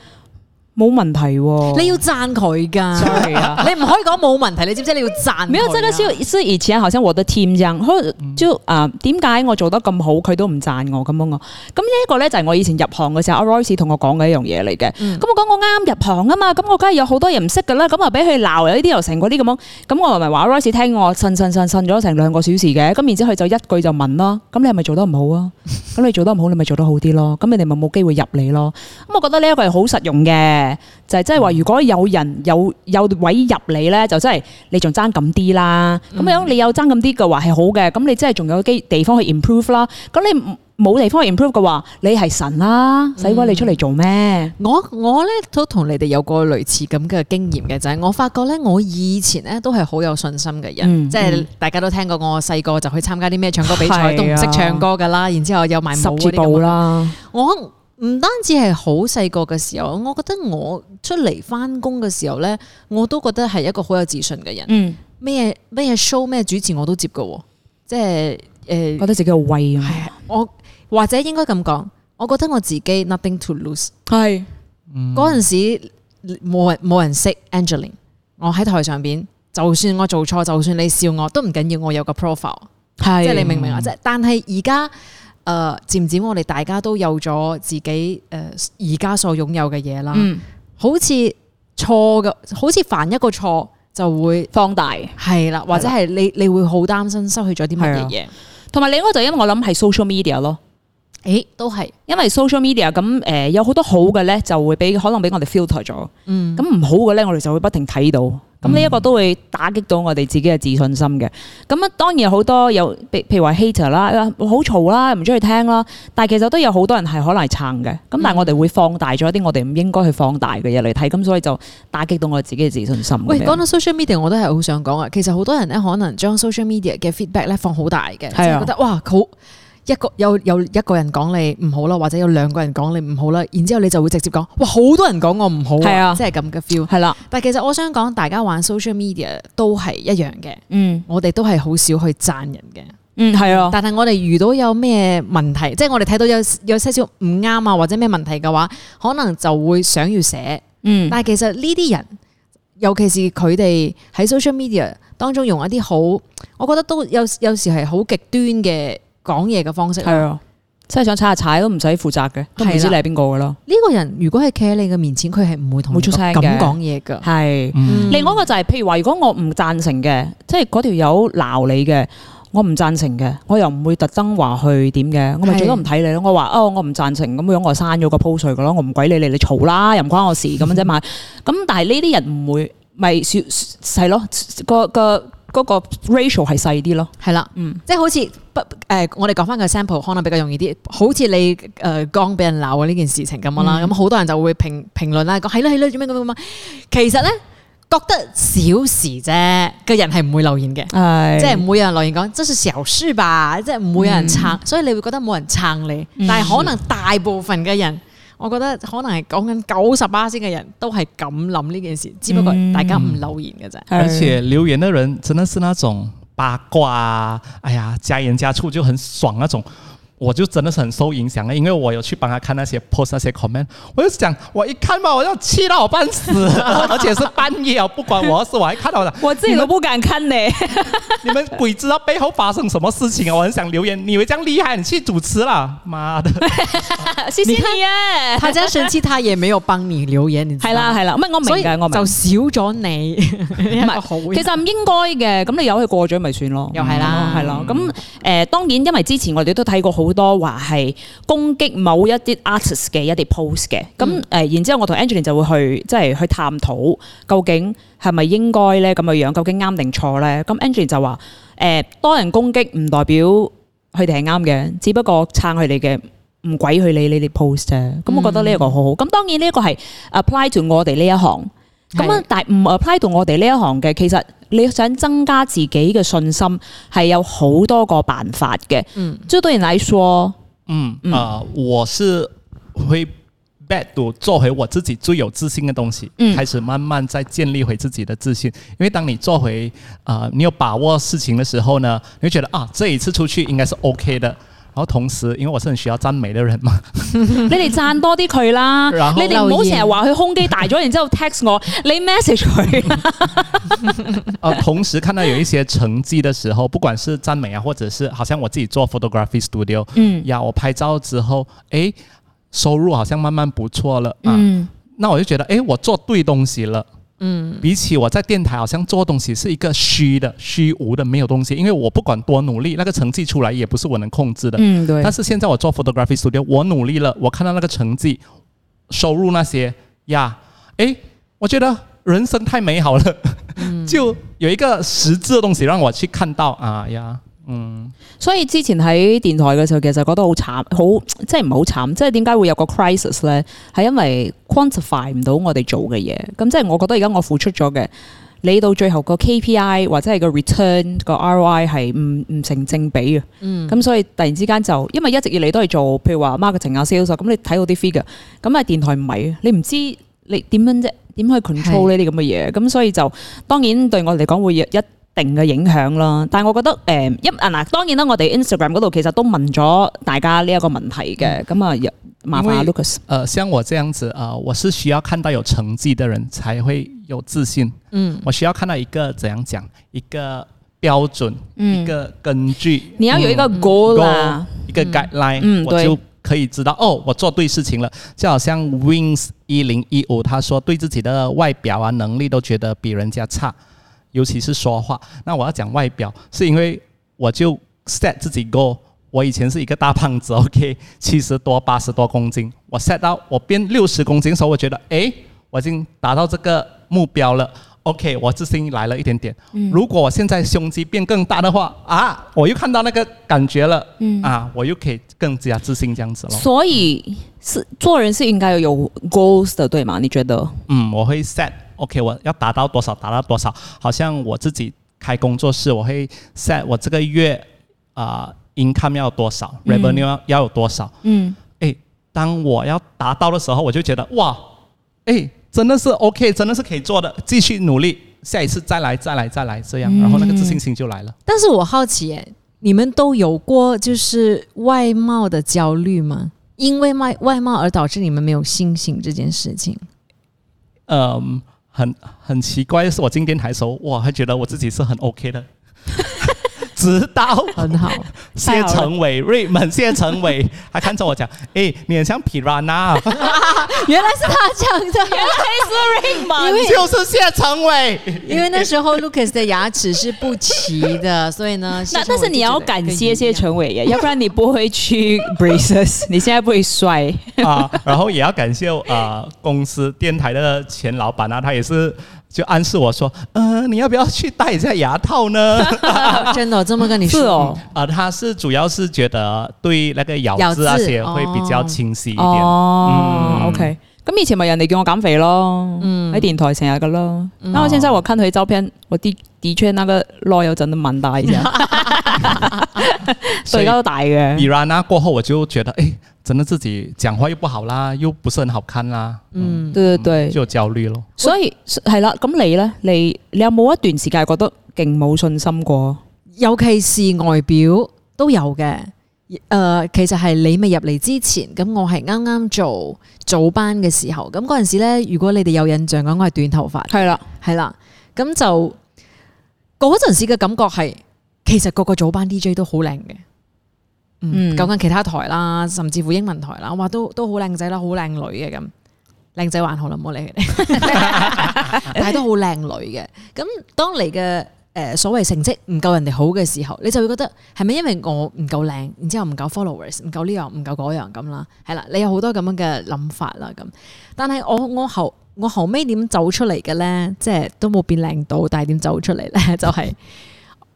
Speaker 2: 冇問題喎、
Speaker 3: 你要赞 佢噶，
Speaker 2: sorry 啊。
Speaker 3: 你唔可以讲冇问题，你知唔知？你要赞。
Speaker 2: 沒有，這個是是以前好像我的 team 這樣，可就啊點解我做得咁好，佢都唔讚我咁樣我，咁呢一個咧就係我以前入行嘅時候，阿 Royce 同我講嘅一樣嘢嚟嘅。咁、我講我啱入行啊嘛，咁我梗係有好多嘢唔識噶啦，咁啊俾佢鬧，有呢啲又成嗰啲咁樣，咁我咪話阿 Royce 聽我呻呻呻呻咗成兩個小時嘅，咁然之後佢就一句就問咯，咁你係咪做得唔好啊？咁你做得唔好，你咪做得好啲咯，咁你哋咪冇機會入嚟咯。咁我覺得呢一個係好實用嘅，就係即係話如果有人有有位入嚟咧，就真係。你仲爭咁啲啦。咁樣你有爭咁啲嘅話係好嘅，咁你真係仲有機地方去 improve 啦。咁你唔冇地方去 improve 嘅話，你係神啦，使鬼你出嚟做咩？
Speaker 3: 我我咧都同你哋有個類似咁嘅經驗嘅，就係我發覺咧，我以前咧都係好有信心嘅人，
Speaker 2: 嗯
Speaker 3: 即係大家都聽過我細個就去參加啲咩唱歌比
Speaker 2: 係
Speaker 3: 賽，
Speaker 2: 啊
Speaker 3: 都唔識唱歌噶啦，然之後又埋
Speaker 2: 十
Speaker 3: 舞
Speaker 2: 字
Speaker 3: 嗰啲
Speaker 2: 步
Speaker 3: 咁。
Speaker 2: 啦，
Speaker 3: 我唔單止係好細個嘅時候，我覺得我出嚟翻工嘅時候咧，我都覺得係一個好有自信嘅人，
Speaker 2: 嗯，
Speaker 3: 咩咩 show 咩主持我都接嘅喎，即係誒。
Speaker 2: 覺得自己好威啊，
Speaker 3: 係我或者應該咁講，我覺得我自己 nothing to lose。
Speaker 2: 係
Speaker 3: 嗰陣時冇人冇人識 Angeline，我喺台上邊，就算我做錯，就算你笑我都唔緊要，我有個 profile，
Speaker 2: 係，
Speaker 3: 即係你明唔明啊？即係但係而家。誒、漸漸我哋大家都有咗自己呃誒而家所擁有嘅嘢啦，
Speaker 2: 嗯，
Speaker 3: 好似錯嘅，好似犯一個錯就會
Speaker 2: 放大。
Speaker 3: 係啦，或者係你你會好擔心失去咗啲
Speaker 2: 啊
Speaker 3: 乜嘢嘢，
Speaker 2: 同埋另一個就因為我諗係 social media 咯。
Speaker 3: 誒都係
Speaker 2: 因為 social media 咁誒、呃有好多好嘅咧，就會俾可能俾我哋 filter 咗。
Speaker 3: 嗯
Speaker 2: 咁唔好嘅咧，我哋就會不停睇到。咁呢一個都會打擊到我哋自己嘅自信心嘅。咁啊，當然好多有譬譬如話 hater 啦，啊好嘈啦，唔中意聽啦。但係其實都有好多人係可能係撐嘅。咁但
Speaker 3: 嗯
Speaker 2: 係我哋會放大咗一啲我哋唔應該去放大嘅嘢嚟睇，咁所以就打擊到我哋自己嘅自信心咁樣。
Speaker 3: 喂，講到 social media，我都係好想講啊。其實好多人咧，可能將 social media 嘅 feedback 咧放好大嘅，即
Speaker 2: 係啊
Speaker 3: 係覺得哇，好一個有有一個人講你唔好啦，或者有兩個人講你唔好啦，然之後你就會直接講哇，好多人講我唔好
Speaker 2: 係啊
Speaker 3: 即係咁嘅 feel。
Speaker 2: 係啦，
Speaker 3: 但其實我想講，大家玩 social media 都係一樣嘅，
Speaker 2: 嗯
Speaker 3: 我哋都係好少去讚人嘅。
Speaker 2: 嗯係啊，
Speaker 3: 但係我哋遇到有咩問題，即係我哋睇到有有些少唔啱啊，或者咩問題嘅話，可能就會想要寫。
Speaker 2: 嗯
Speaker 3: 但係其實呢啲人，尤其是佢哋喺 social media 當中用一啲好，我覺得都有有時係好極端嘅講嘢嘅方式。
Speaker 2: 係啊，即係想踩下踩都唔使負責嘅，都唔知
Speaker 3: 係
Speaker 2: 你
Speaker 3: 啦
Speaker 2: 係邊個噶啦，
Speaker 3: 呢個人如果係企喺你嘅面前，佢係唔會同你
Speaker 2: 冇出聲嘅
Speaker 3: 咁講嘢㗎。
Speaker 2: 係。
Speaker 1: 嗯
Speaker 2: 另外一個就係、譬如話，如果我唔贊成嘅，即係嗰條友鬧你嘅，我唔贊成嘅，我又唔會特登話去點嘅，我咪
Speaker 3: 係
Speaker 2: 最多唔睇你咯。我話哦，我唔贊成咁樣，我就刪咗個 post 佢噶咯，我唔鬼理你，你嘈啦，又唔關我事咁樣啫嘛。咁但係呢啲人唔會，咪少係咯，個個嗰個 ratio 係細啲咯。
Speaker 3: 係啦，
Speaker 2: 嗯
Speaker 3: 即係好似不誒、我哋講翻個 sample 可能比較容易啲。好似你誒剛俾人鬧嘅呢件事情咁樣啦，咁好、多人就會評評論啦，講係咯係咯，做咩咁樣咁樣。其實咧覺得小事啫，個人係唔會留言嘅。
Speaker 2: 係
Speaker 3: 即係唔會有人留言講，即是小事吧，即係唔會有人
Speaker 2: 嗯
Speaker 3: 撐，所以你會覺得冇人撐你。但係可能大部分嘅人，我覺得可能係講緊九十八先嘅人都係咁諗呢件事，只不過
Speaker 2: 嗯
Speaker 3: 大家唔留言 嘅啫。
Speaker 1: 而且留言的人真的是那种八卦啊，哎呀，加盐加醋就很爽那种。我就真的是很受影响了，因为我有去帮他看那些 post 那些 comment，我就想，我一看嘛，我要气到我半死， 而且是半夜哦，不关我的事，我还看到了，
Speaker 2: 我自己都不敢看 呢、
Speaker 1: 你们鬼知道背后发生什么事情啊！我很想留言，你以为这样厉害，你去主持啦？妈的！
Speaker 2: 谢谢
Speaker 3: 你看
Speaker 2: 你啊！
Speaker 3: 他真生氣，他也沒有幫你留言，你知道
Speaker 2: 係啦
Speaker 3: 嗎，
Speaker 2: 係啦，唔係我
Speaker 3: 所以
Speaker 2: 明嘅，我明。
Speaker 3: 就少咗你 一個好
Speaker 2: 其實唔應該嘅，咁你由佢過咗咪算咯。嗯
Speaker 3: 又係啦嗯
Speaker 2: 係啦。咁誒、呃，當然因為之前我哋都睇過好多話係攻擊某一啲 artist 嘅一啲 post 嘅。咁誒、
Speaker 3: 嗯
Speaker 2: 呃然之後我同 Angeline 就會去即係去探討究竟係咪應該咧咁嘅樣，究竟啱定錯咧？咁 Angeline 就話誒、呃多人攻擊唔代表佢哋係啱嘅，只不過撐佢哋嘅。唔鬼去理你哋 post 啫，咁我覺得呢一個好好。咁、當然呢一個係 apply to 我哋呢一行，咁啊
Speaker 3: 係，
Speaker 2: 但係唔 apply 到我哋呢一行嘅，其實你想增加自己嘅信心，係有好多個辦法嘅。
Speaker 3: 嗯，
Speaker 2: 就對你嚟說，
Speaker 1: 嗯啊、呃我是会 back to 做回我自己最有自信的东西，
Speaker 2: 嗯
Speaker 1: 开始慢慢再建立回自己的自信。因为当你做回啊、呃你有把握事情的时候呢，你会觉得啊，这一次出去应该是 OK 的。然后同时，因为我是很需要赞美的人 嘛，
Speaker 2: 你哋讚多啲佢啦，
Speaker 1: 然後
Speaker 2: 你哋唔好成日話佢胸肌大咗，然之後 text 我，你 message 佢啦。
Speaker 1: 呃，同时看到有一些成绩的时候，不管是赞美啊，或者是好像我自己做 photography studio，
Speaker 2: 嗯
Speaker 1: 呀，我拍照之后，诶，收入好像慢慢不错了啊。
Speaker 2: 嗯，
Speaker 1: 那我就觉得，诶，我做对东西了。嗯，比起我在电台好像做东西是一个虚的、虚无的，没有东西，因为我不管多努力，那个成绩出来也不是我能控制的。
Speaker 2: 嗯，對
Speaker 1: 但是现在我做 photography studio，我努力了，我看到那个成绩、收入那些呀，诶，我觉得人生太美好了， 就有一个实质的东西让我去看到啊呀，嗯，
Speaker 2: 所以之前喺電台嘅時候，其實覺得好慘，好即係唔係好慘，即係點解會有個 crisis 咧？係因為 quantify 唔到我哋做嘅嘢，咁即係我覺得而家我付出咗嘅，你到最後個 KPI 或者係個 return 個 ROI 係唔唔成正比嘅。啊
Speaker 3: 嗯
Speaker 2: 咁所以突然之間就，因為一直以嚟都係做譬如話 marketing 啊、sales 啊咁你睇到啲 figure，咁啊電台唔係，你唔知你點樣啫，點去 control 呢啲咁嘅嘢，咁所以就當然對我嚟講會有一。定嘅影響啦，但係我覺得誒、一啊嗱，當然啦，我哋 Instagram 嗰度其實都問咗大家呢一個問題嘅，咁啊、麻煩阿
Speaker 1: 嗯因為
Speaker 2: Lucas，
Speaker 1: 呃，像我这样子啊、呃我是需要看到有成绩的人才会有自信，
Speaker 3: 嗯，
Speaker 1: 我需要看到一个怎样讲一个标准，一
Speaker 2: 嗯，
Speaker 1: 个根据，
Speaker 2: 你要有一個
Speaker 1: 嗯
Speaker 2: goal 啦，
Speaker 1: 一个 guideline，、
Speaker 2: 嗯
Speaker 1: 我
Speaker 2: 对
Speaker 1: 就可以知道哦，我做对事情了。就好像 Wings 一零一五，他说对自己的外表啊能力都觉得比人家差，尤其是说话。那我要讲外表，是因为我就 set 自己 goal。我以前是一个大胖子，OK，七十多、八十多公斤，我 set 到我变六十公斤的时候，我觉得，诶，我已经达到这个目标了，OK，我自信来了一点点。如果我现在胸肌变更大的话，啊，我又看到那个感觉了，啊，我又可以更加自信这样子咯。
Speaker 2: 所以是做人是應該要有 goals 的，對嗎？你 覺得？
Speaker 1: 嗯，我会 set，OK，、我要达到多少，达到多少。好像我自己开工作室，我会 set 我这个月啊、income 要多少、r e v e n u e 要要有多少。
Speaker 2: 嗯，
Speaker 1: 诶，当我要达到的时候，我就觉得哇，诶，真的是 OK，真的是可以做的，继续努力，下一次再来，再来，再来，这样，然后那个自信心就来了。
Speaker 3: 但是我好奇耶，你们都有过就是外貌的焦虑吗？因为外外貌而导致你们没有信心这件事情，
Speaker 1: 嗯，很很奇怪的是，我进电台的时候，哇，还觉得我自己是很 OK 的， 直到
Speaker 3: 很好，
Speaker 1: 谢成伟、瑞门谢成伟还看着我讲：“诶，你很像 Piranha，
Speaker 3: 原来是他讲的。
Speaker 2: 是 Raymond，
Speaker 1: 就是谢成伟。
Speaker 3: 因为那时候 Lucas 的牙齿是不齐的，所以 呢，
Speaker 2: 那
Speaker 3: 谢成
Speaker 2: 但
Speaker 3: 伟
Speaker 2: 是你
Speaker 3: 就
Speaker 2: 要
Speaker 3: 觉得
Speaker 2: 感
Speaker 3: 跟
Speaker 2: 谢
Speaker 3: 你
Speaker 2: 谢
Speaker 3: 一样
Speaker 2: 陈伟耶，要不然你不会去 braces，你现在不会帅。
Speaker 1: 啊，然后也要感谢啊、呃公司电台的前老板啊，他也是就暗示我说：“呃，你要不要去戴一下牙套 呢
Speaker 3: 真的、这么跟你
Speaker 2: 是
Speaker 3: 说
Speaker 2: 哦，？”
Speaker 1: 啊，他是主要是觉得对那个咬字那
Speaker 3: 咬字
Speaker 1: 些会比较
Speaker 3: 哦
Speaker 1: 清晰一点。
Speaker 2: 哦
Speaker 1: 嗯
Speaker 2: ，OK。咁以前咪人哋叫我減肥咯，喺電台成日噶咯。那我現在我看回照片，我的的確那個內有真的蠻大一 下，
Speaker 1: 所
Speaker 2: 所以
Speaker 1: 以
Speaker 2: 而家都大嘅。
Speaker 1: 比然啊，过后我就觉得，哎，真的自己讲话又不好啦，又不是很好看啦，嗯，
Speaker 2: 對對對，
Speaker 1: 就有焦虑咯。
Speaker 2: 所以係啦。咁你咧，你你有冇一段時間覺得勁冇信心過？
Speaker 3: 尤其是外表都有嘅。而呃，其實係你未入嚟之前，咁我係啱啱做早班嘅時候，咁嗰陣時咧，如果你哋有印象嘅，我係短頭髮，
Speaker 2: 系啦，
Speaker 3: 係啦，咁就嗰陣時嘅感覺係，其實個個早班 DJ 都好靚嘅，
Speaker 2: 嗯，
Speaker 3: 講緊其他台啦，甚至乎英文台啦，哇，都都好靚仔啦，好靚女嘅咁，靚仔還好啦，唔好理佢哋，但係都好靚女嘅。咁當你嘅誒所謂成績唔夠人哋好嘅時候，你就會覺得係咪因為我唔夠靚，然之後唔夠 followers，唔夠呢樣，唔夠嗰樣咁啦，係啦，你有好多咁樣嘅諗法啦咁。但係我我後我後尾點走出嚟嘅咧，即係都冇變靚到，但係點走出嚟咧就係、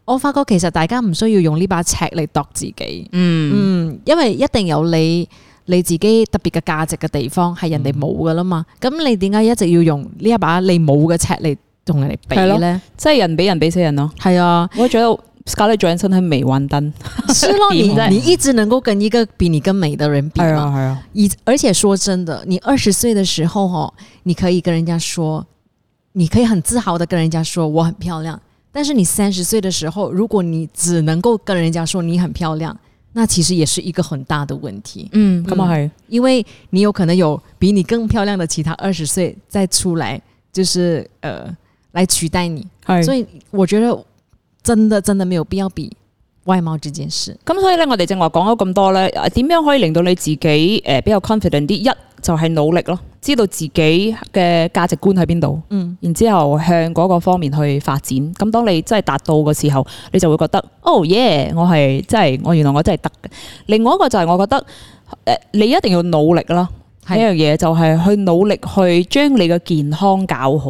Speaker 3: 我發覺其實大家唔需要用呢把尺嚟度自己，
Speaker 2: 嗯，
Speaker 3: 嗯，因為一定有你你自己特別嘅價值嘅地方係人哋冇噶啦嘛，咁、你點解一直要用呢一把你冇嘅尺嚟同人哋比
Speaker 2: 係咯
Speaker 3: 咧？
Speaker 2: 即系人比人比死人咯。
Speaker 3: 係啊，
Speaker 2: 我觉得 Scarlett Johansson 喺未幻燈，
Speaker 3: 是咯，你
Speaker 2: 比在
Speaker 3: 你一直能夠跟一個比你更美的人比嘛，
Speaker 2: 系啊，
Speaker 3: 以而且說真的，你二十歲的時候哦，你可以跟人家說，你可以很自豪的跟人家說我很漂亮。但是你三十岁的时候，如果你只能够跟人家说你很漂亮，那其实也是一个很大的問題。
Speaker 2: 嗯，咁啊系，
Speaker 3: 因为你有可能有比你更漂亮的其他二十岁再出来，就是呃来取代你，
Speaker 2: 系
Speaker 3: 所。以我觉得真的真的没有必要比外貌这件事。
Speaker 2: 咁所以咧，我哋正話講咗咁多咧，啊點樣可以令到你自己誒、呃比較 confident 啲？一就係努力咯，知道自己嘅價值觀喺邊度，
Speaker 3: 嗯，
Speaker 2: 然之後向嗰個方面去發展。咁當你真係達到嘅時候，你就會覺得，哦耶，我係真係我原來我真係得嘅。另外一個就係我覺得誒、呃你一定要努力啦。
Speaker 3: 係
Speaker 2: 呢樣嘢就係去努力去將你嘅健康搞好，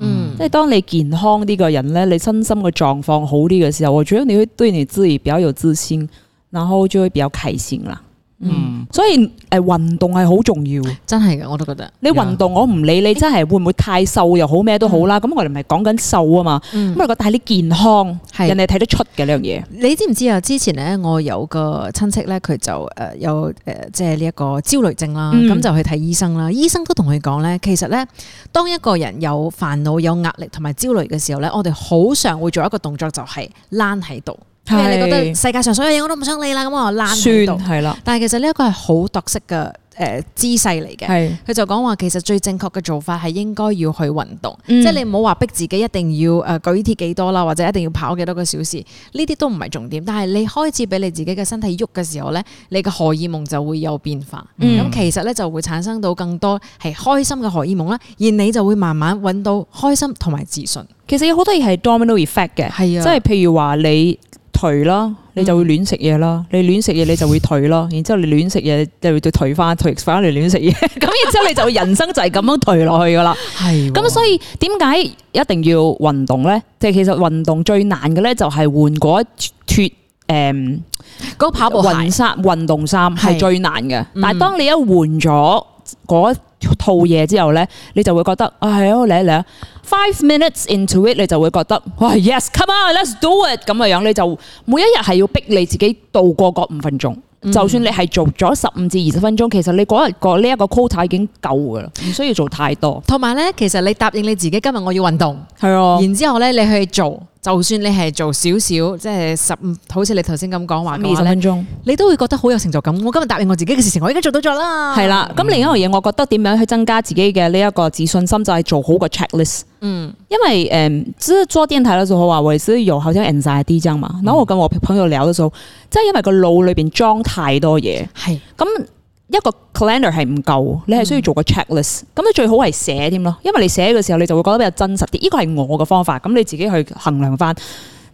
Speaker 3: 嗯
Speaker 2: 即係當你健康啲個人呢，你身心嘅狀況好啲嘅時候，我覺得你會對你自己比較有自信，然後就會比較開心啦。
Speaker 1: 嗯，
Speaker 2: 所以誒、呃、運動係好重要。
Speaker 3: 真系嘅，我都觉得。
Speaker 2: 你
Speaker 1: Yeah
Speaker 2: 運動，我唔理你真係會唔會太瘦又好咩都好啦。咁、我哋唔係講緊瘦啊嘛，咁
Speaker 3: 嗯，
Speaker 2: 我覺得但係你健康，
Speaker 3: 係
Speaker 2: 人哋睇得出嘅呢樣嘢。
Speaker 3: 你知唔知啊？之前咧，我有個親戚咧，佢就誒、呃有誒、呃即係呢一個焦慮症啦，
Speaker 2: 嗯
Speaker 3: 咁、就去睇醫生啦。醫生都同佢講咧，其實咧，當一個人有煩惱、有壓力同埋焦慮嘅時候咧，我哋好常會做一個動作，就係躝喺度。即係你覺得世界上所有嘢我都唔想理啦，咁我就躝喺
Speaker 2: 算
Speaker 3: 度。
Speaker 2: 係啦，
Speaker 3: 但係其實呢一個係好特色嘅誒姿勢嚟嘅。
Speaker 2: 係
Speaker 3: 佢就講話其實最正確嘅做法係應該要去運動，
Speaker 2: 嗯
Speaker 3: 即係你唔好話逼自己一定要誒舉鐵幾多啦，或者一定要跑幾多個小時，呢啲都唔係重點。但係你開始俾你自己嘅身體喐嘅時候咧，你嘅荷爾蒙就會有變化。
Speaker 2: 嗯
Speaker 3: 咁、其實咧就會產生到更多係開心嘅荷爾蒙啦，而你就會慢慢揾到開心同埋自信。
Speaker 2: 其實有好多嘢係 domino effect 嘅。
Speaker 3: 係
Speaker 2: 即
Speaker 3: 啊
Speaker 2: 係啊譬如話你頹啦，你就會亂食嘢啦，你亂食嘢你就會頹啦，然之後你亂食嘢就會再頹翻，頹翻嚟亂食嘢，咁然之後你就會人生就係咁樣頹落去噶啦。
Speaker 3: 係
Speaker 2: 咁所以點解一定要運動咧？即係其實運動最難嘅咧就係換嗰一脱誒
Speaker 3: 以嗰跑步
Speaker 2: 運
Speaker 3: 鞋
Speaker 2: 衫、運動衫係
Speaker 3: 係
Speaker 2: 最難嘅。
Speaker 3: 嗯
Speaker 2: 但係當你一換咗嗰套嘢之後咧，你就會覺得啊係啊嚟嚟啊，five minutes into it 你就會覺得哇 yes，come on，let's do it 咁嘅樣，你就每一日係要逼你自己度過嗰五分鐘。
Speaker 3: 嗯
Speaker 2: 就算你係做咗十五至二十分鐘，其實你嗰日個呢一個 quota 已經夠㗎啦，唔需要做太多。
Speaker 3: 同埋咧，其實你答應你自己今日我要運動。
Speaker 2: 係啊
Speaker 3: 然之後咧，你去做，就算你係做少少，即係十五，好似你頭先咁講話嘅
Speaker 2: 二
Speaker 3: 話
Speaker 2: 十
Speaker 3: 咧，
Speaker 2: 分鐘。
Speaker 3: 你都會覺得好有成就感。我今日答應我自己嘅事情，我已經做到咗啦。
Speaker 2: 係，啦，咁另一樣嘢，我覺得點樣去增加自己嘅呢一個自信心，就係做好個 checklist。
Speaker 3: 嗯，
Speaker 2: 因為嗯，就是做電台的時候啊，我也是有好像 anxiety 這樣嘛。然後我跟我朋友聊的時候，即係因為個腦裏邊裝太多嘢，
Speaker 3: 係
Speaker 2: 咁一個 calendar 係唔夠，你係需要做個 checklist。咁你最好係寫添咯，因為你寫嘅時候你就會覺得比較真實啲。呢個係我嘅方法，咁你自己去衡量翻。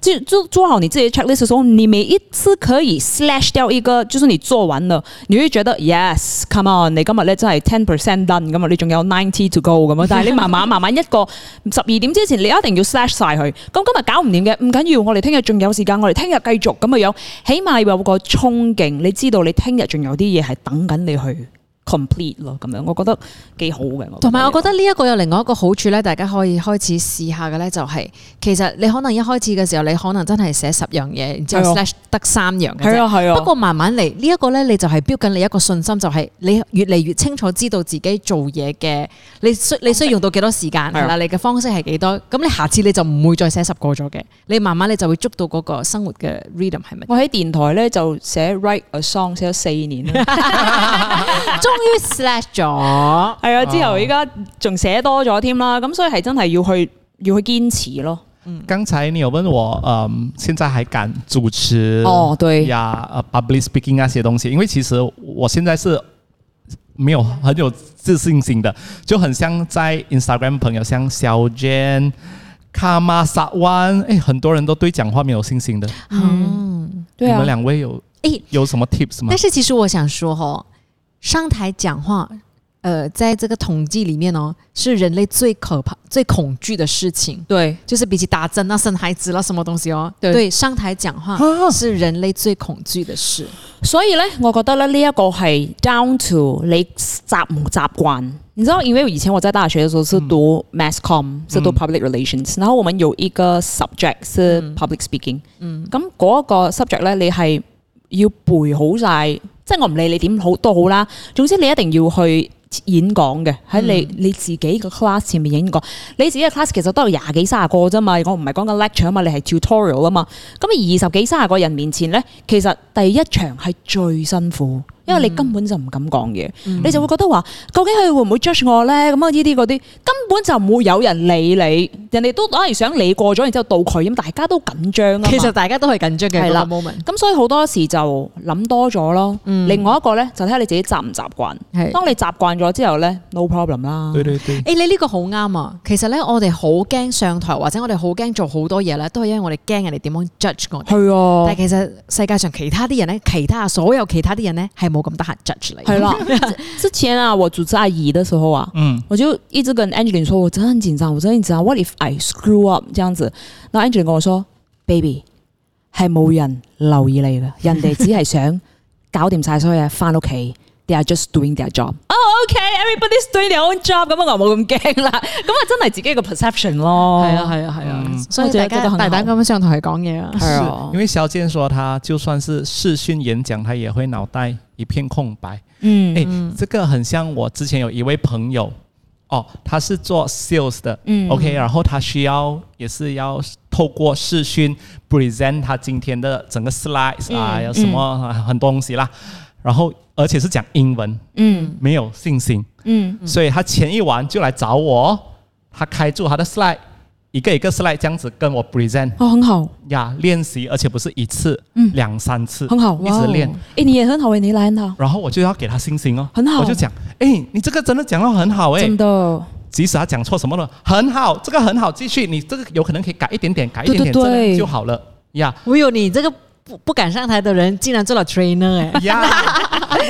Speaker 2: 就做做好你自己的 checklist 的時候，你每一次可以 slash 掉一個，就是你做完了，你會覺得 yes，come on，你今日咧真係 ten percent done 咁啊，你仲有 ninety to go 咁啊，但係 你慢慢慢慢一個十二點之前，你一定要 slash 晒佢。咁今日搞唔掂嘅，唔緊要，我哋聽日仲有時間，我哋聽日繼續咁嘅樣，起碼有個衝勁，你知道你聽日仲有啲嘢係等緊你去 complete 咯，咁樣我覺得幾好嘅。
Speaker 3: 同埋我
Speaker 2: 得
Speaker 3: 覺得呢一個有另外一個好處咧，大家可以開始試下嘅咧，就係、其實你可能一開始嘅時候，你可能真係寫十樣嘢，然之後
Speaker 2: 係啊
Speaker 3: slash 得三樣嘅
Speaker 2: 係
Speaker 3: 啫。
Speaker 2: 啊係啊，
Speaker 3: 不過慢慢嚟，呢、一個咧，你就係標緊你一個信心，就係、你越嚟越清楚知道自己做嘢嘅，你需你需要用到幾多時間
Speaker 2: 係啊
Speaker 3: 係啦，你嘅方式係幾多，咁你下次你就唔會再寫十個咗嘅，你慢慢你就會捉到嗰個生活嘅 rhythm 係咪？
Speaker 2: 我喺電台咧就寫 write a song 寫咗四年啦。
Speaker 3: 終於 slash 咗，
Speaker 2: 係啊，之後而家仲寫多咗添啦，咁所以係真係要去要去堅持咯。
Speaker 1: 嗯刚才你有问我，嗯，现在还敢主持
Speaker 2: 哦对
Speaker 1: 呀，呃，public speaking 那些东西，因为其实我现在是没有很有自信心的，就很像在 Instagram 朋友，像小 Jan、卡玛萨湾，哎，很多人都对讲话没有信心的。
Speaker 3: 嗯。
Speaker 2: 對
Speaker 1: 你
Speaker 2: 啊
Speaker 1: 们，两位有
Speaker 3: 诶
Speaker 1: 有什么 tips 吗
Speaker 3: 但？是其實我想說哦，上台講話，呃，在這個統計裡面哦，是人類最可怕、最恐懼的事情，
Speaker 2: 對
Speaker 3: 就是比起打針啊、生孩子啦、什麼東西哦，
Speaker 2: 對
Speaker 3: 上台講話是人類最恐懼的事。
Speaker 2: 所以咧，我覺得咧呢一個係 down to 你習唔習慣。你知道，因為以前我在大學的時候是讀 mass com，是讀 public relations，、然後我們有一個 subject 是 public speaking，咁嗰、個 subject 咧，你係要背好晒，即係我唔理你點好都好啦，總之你一定要去。演講嘅喺你
Speaker 3: 嗯
Speaker 2: 你自己嘅 class 前面演講，你自己嘅 class 其實都有廿幾三十個啫嘛，我唔係講緊 lecture 啊嘛，你係 tutorial 啊嘛，咁二十幾三十個人面前咧，其實第一場係最辛苦，因
Speaker 3: 嗯
Speaker 2: 為你根本就唔敢講嘢，你就會覺得話，究竟佢會唔會 judge 我咧？咁啊呢啲嗰啲根本就唔會有人理你，人哋都攞嚟想你過咗，然之後到佢咁，大家都緊張啊嘛。
Speaker 3: 其實大家都係緊張嘅
Speaker 2: 係
Speaker 3: 嗰
Speaker 2: 啦
Speaker 3: 個 moment，
Speaker 2: 咁所以好多時就諗多咗咯。另外一個咧就睇下你自己習唔習慣。
Speaker 3: 係。哎
Speaker 2: 當你習慣咗之後咧，no problem 啦。
Speaker 1: 对对对，
Speaker 3: 誒、你呢個好啱啊！其實咧，我哋好驚上台，或者我哋好驚做好多嘢咧，都係因為我哋驚人哋點樣 judge 我哋。
Speaker 2: 係啊
Speaker 3: 但係，其實世界上其他啲人咧，其他所有其他啲人咧，係冇咁得閒 judge 你。
Speaker 2: 係啦。之之前啊，我主持阿姨的時候啊，
Speaker 1: 嗯，
Speaker 2: 我就一直跟 Angeline 说，我真的很紧张，我真的很紧张。What if I screw up？这样子，然后 Angeline 跟我说，baby 系冇人留意你 嘅，人哋只係想搞掂晒所有嘢，翻屋企。They are just doing their job. Oh, okay. Everybody's doing their own job. 咁啊，我冇咁驚 啦。咁啊，真係自己個 perception 咯。
Speaker 3: 係啊，係啊，係啊，
Speaker 1: 嗯
Speaker 3: 所以
Speaker 2: 我覺
Speaker 3: 大
Speaker 2: 得
Speaker 3: 家
Speaker 2: 覺得很
Speaker 3: 大膽咁樣上台講嘢啊！
Speaker 2: 係
Speaker 1: 是
Speaker 2: 啊
Speaker 1: 因，为肖健说他就算是视讯演讲，他也会脑袋一片空白。
Speaker 2: 嗯
Speaker 1: 哎，这个很像我之前有一位朋友，哦，他是做 sales 的，
Speaker 2: 嗯
Speaker 1: o k 然后他需要也是要透过视讯 present 他今天的整个 slides、啊，
Speaker 2: 嗯
Speaker 1: 有什么、啊很多东西啦，然后而且是讲英文，
Speaker 2: 嗯
Speaker 1: 没有信心，
Speaker 2: 嗯，
Speaker 1: 所以他前一晚就来找我，他开住他的 slide，一个一个 slide 这样子跟我 present
Speaker 2: 哦，很好，
Speaker 1: 呀，练习，而且不是一次，
Speaker 2: 嗯
Speaker 1: 两三次，
Speaker 2: 很好，
Speaker 1: 一
Speaker 2: 哇
Speaker 1: 直
Speaker 2: 哦
Speaker 1: 练。。
Speaker 2: 哎，你也很好哎，你来呢？
Speaker 1: 然后我就要给他信心哦，
Speaker 2: 很好
Speaker 1: 我就讲，哎，你这个真的讲到很好哎，
Speaker 2: 真的，
Speaker 1: 即使他讲错什么了，很好，这个很好，继续，你这个有可能可以改一点点，改一点点，
Speaker 2: 对对
Speaker 1: 这
Speaker 2: 对
Speaker 1: 样就好了呀
Speaker 3: 我有你这个不不敢上台的人，竟然做了 trainer 哎、
Speaker 1: 呀。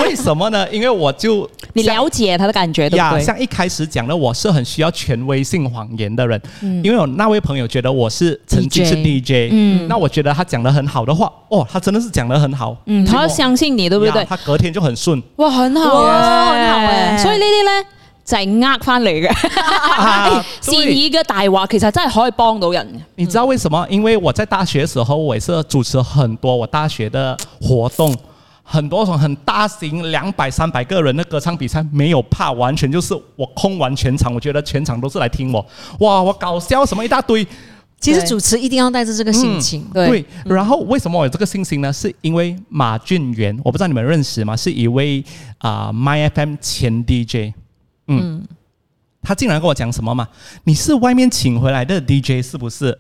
Speaker 1: 为什么呢？因为我就
Speaker 2: 你了解他的感觉，对不
Speaker 1: 呀，
Speaker 2: 对？
Speaker 1: 像一开始讲的，我是很需要权威性谎言的人，因为我那位朋友觉得我是曾经是 DJ，
Speaker 2: 嗯
Speaker 1: 那我觉得他讲的很好的话，哦，他真的是讲的很好，
Speaker 2: 嗯，
Speaker 1: 结果
Speaker 2: 他要相信你，对不
Speaker 1: 呀
Speaker 2: 对？
Speaker 1: 他隔天就很顺，
Speaker 2: 哇，很好
Speaker 3: 哇
Speaker 2: 啊，
Speaker 3: 很好欸
Speaker 2: 所以呢啲咧就係呃翻嚟嘅，
Speaker 1: 啊
Speaker 2: 善
Speaker 1: 对
Speaker 2: 意嘅大話其實真係可以幫到人嘅。
Speaker 1: 你知道为什么？因为我在大学的时候，我也是主持很多我大学的活动，很多种很大型两百三百个人的歌唱比赛，没有怕，完全就是我空完全场，我觉得全场都是来听我，哇，我搞笑什么一大堆。
Speaker 3: 其实
Speaker 2: 对
Speaker 3: 主持一定要带着这个心情，
Speaker 1: 嗯
Speaker 2: 對，
Speaker 1: 然后为什么我有这个信心呢？是因为马俊元，我不知道你们认识吗？是一位啊、My FM 前 DJ，嗯，他竟然跟我讲什么嘛？你是外面请回来的 DJ 是不是？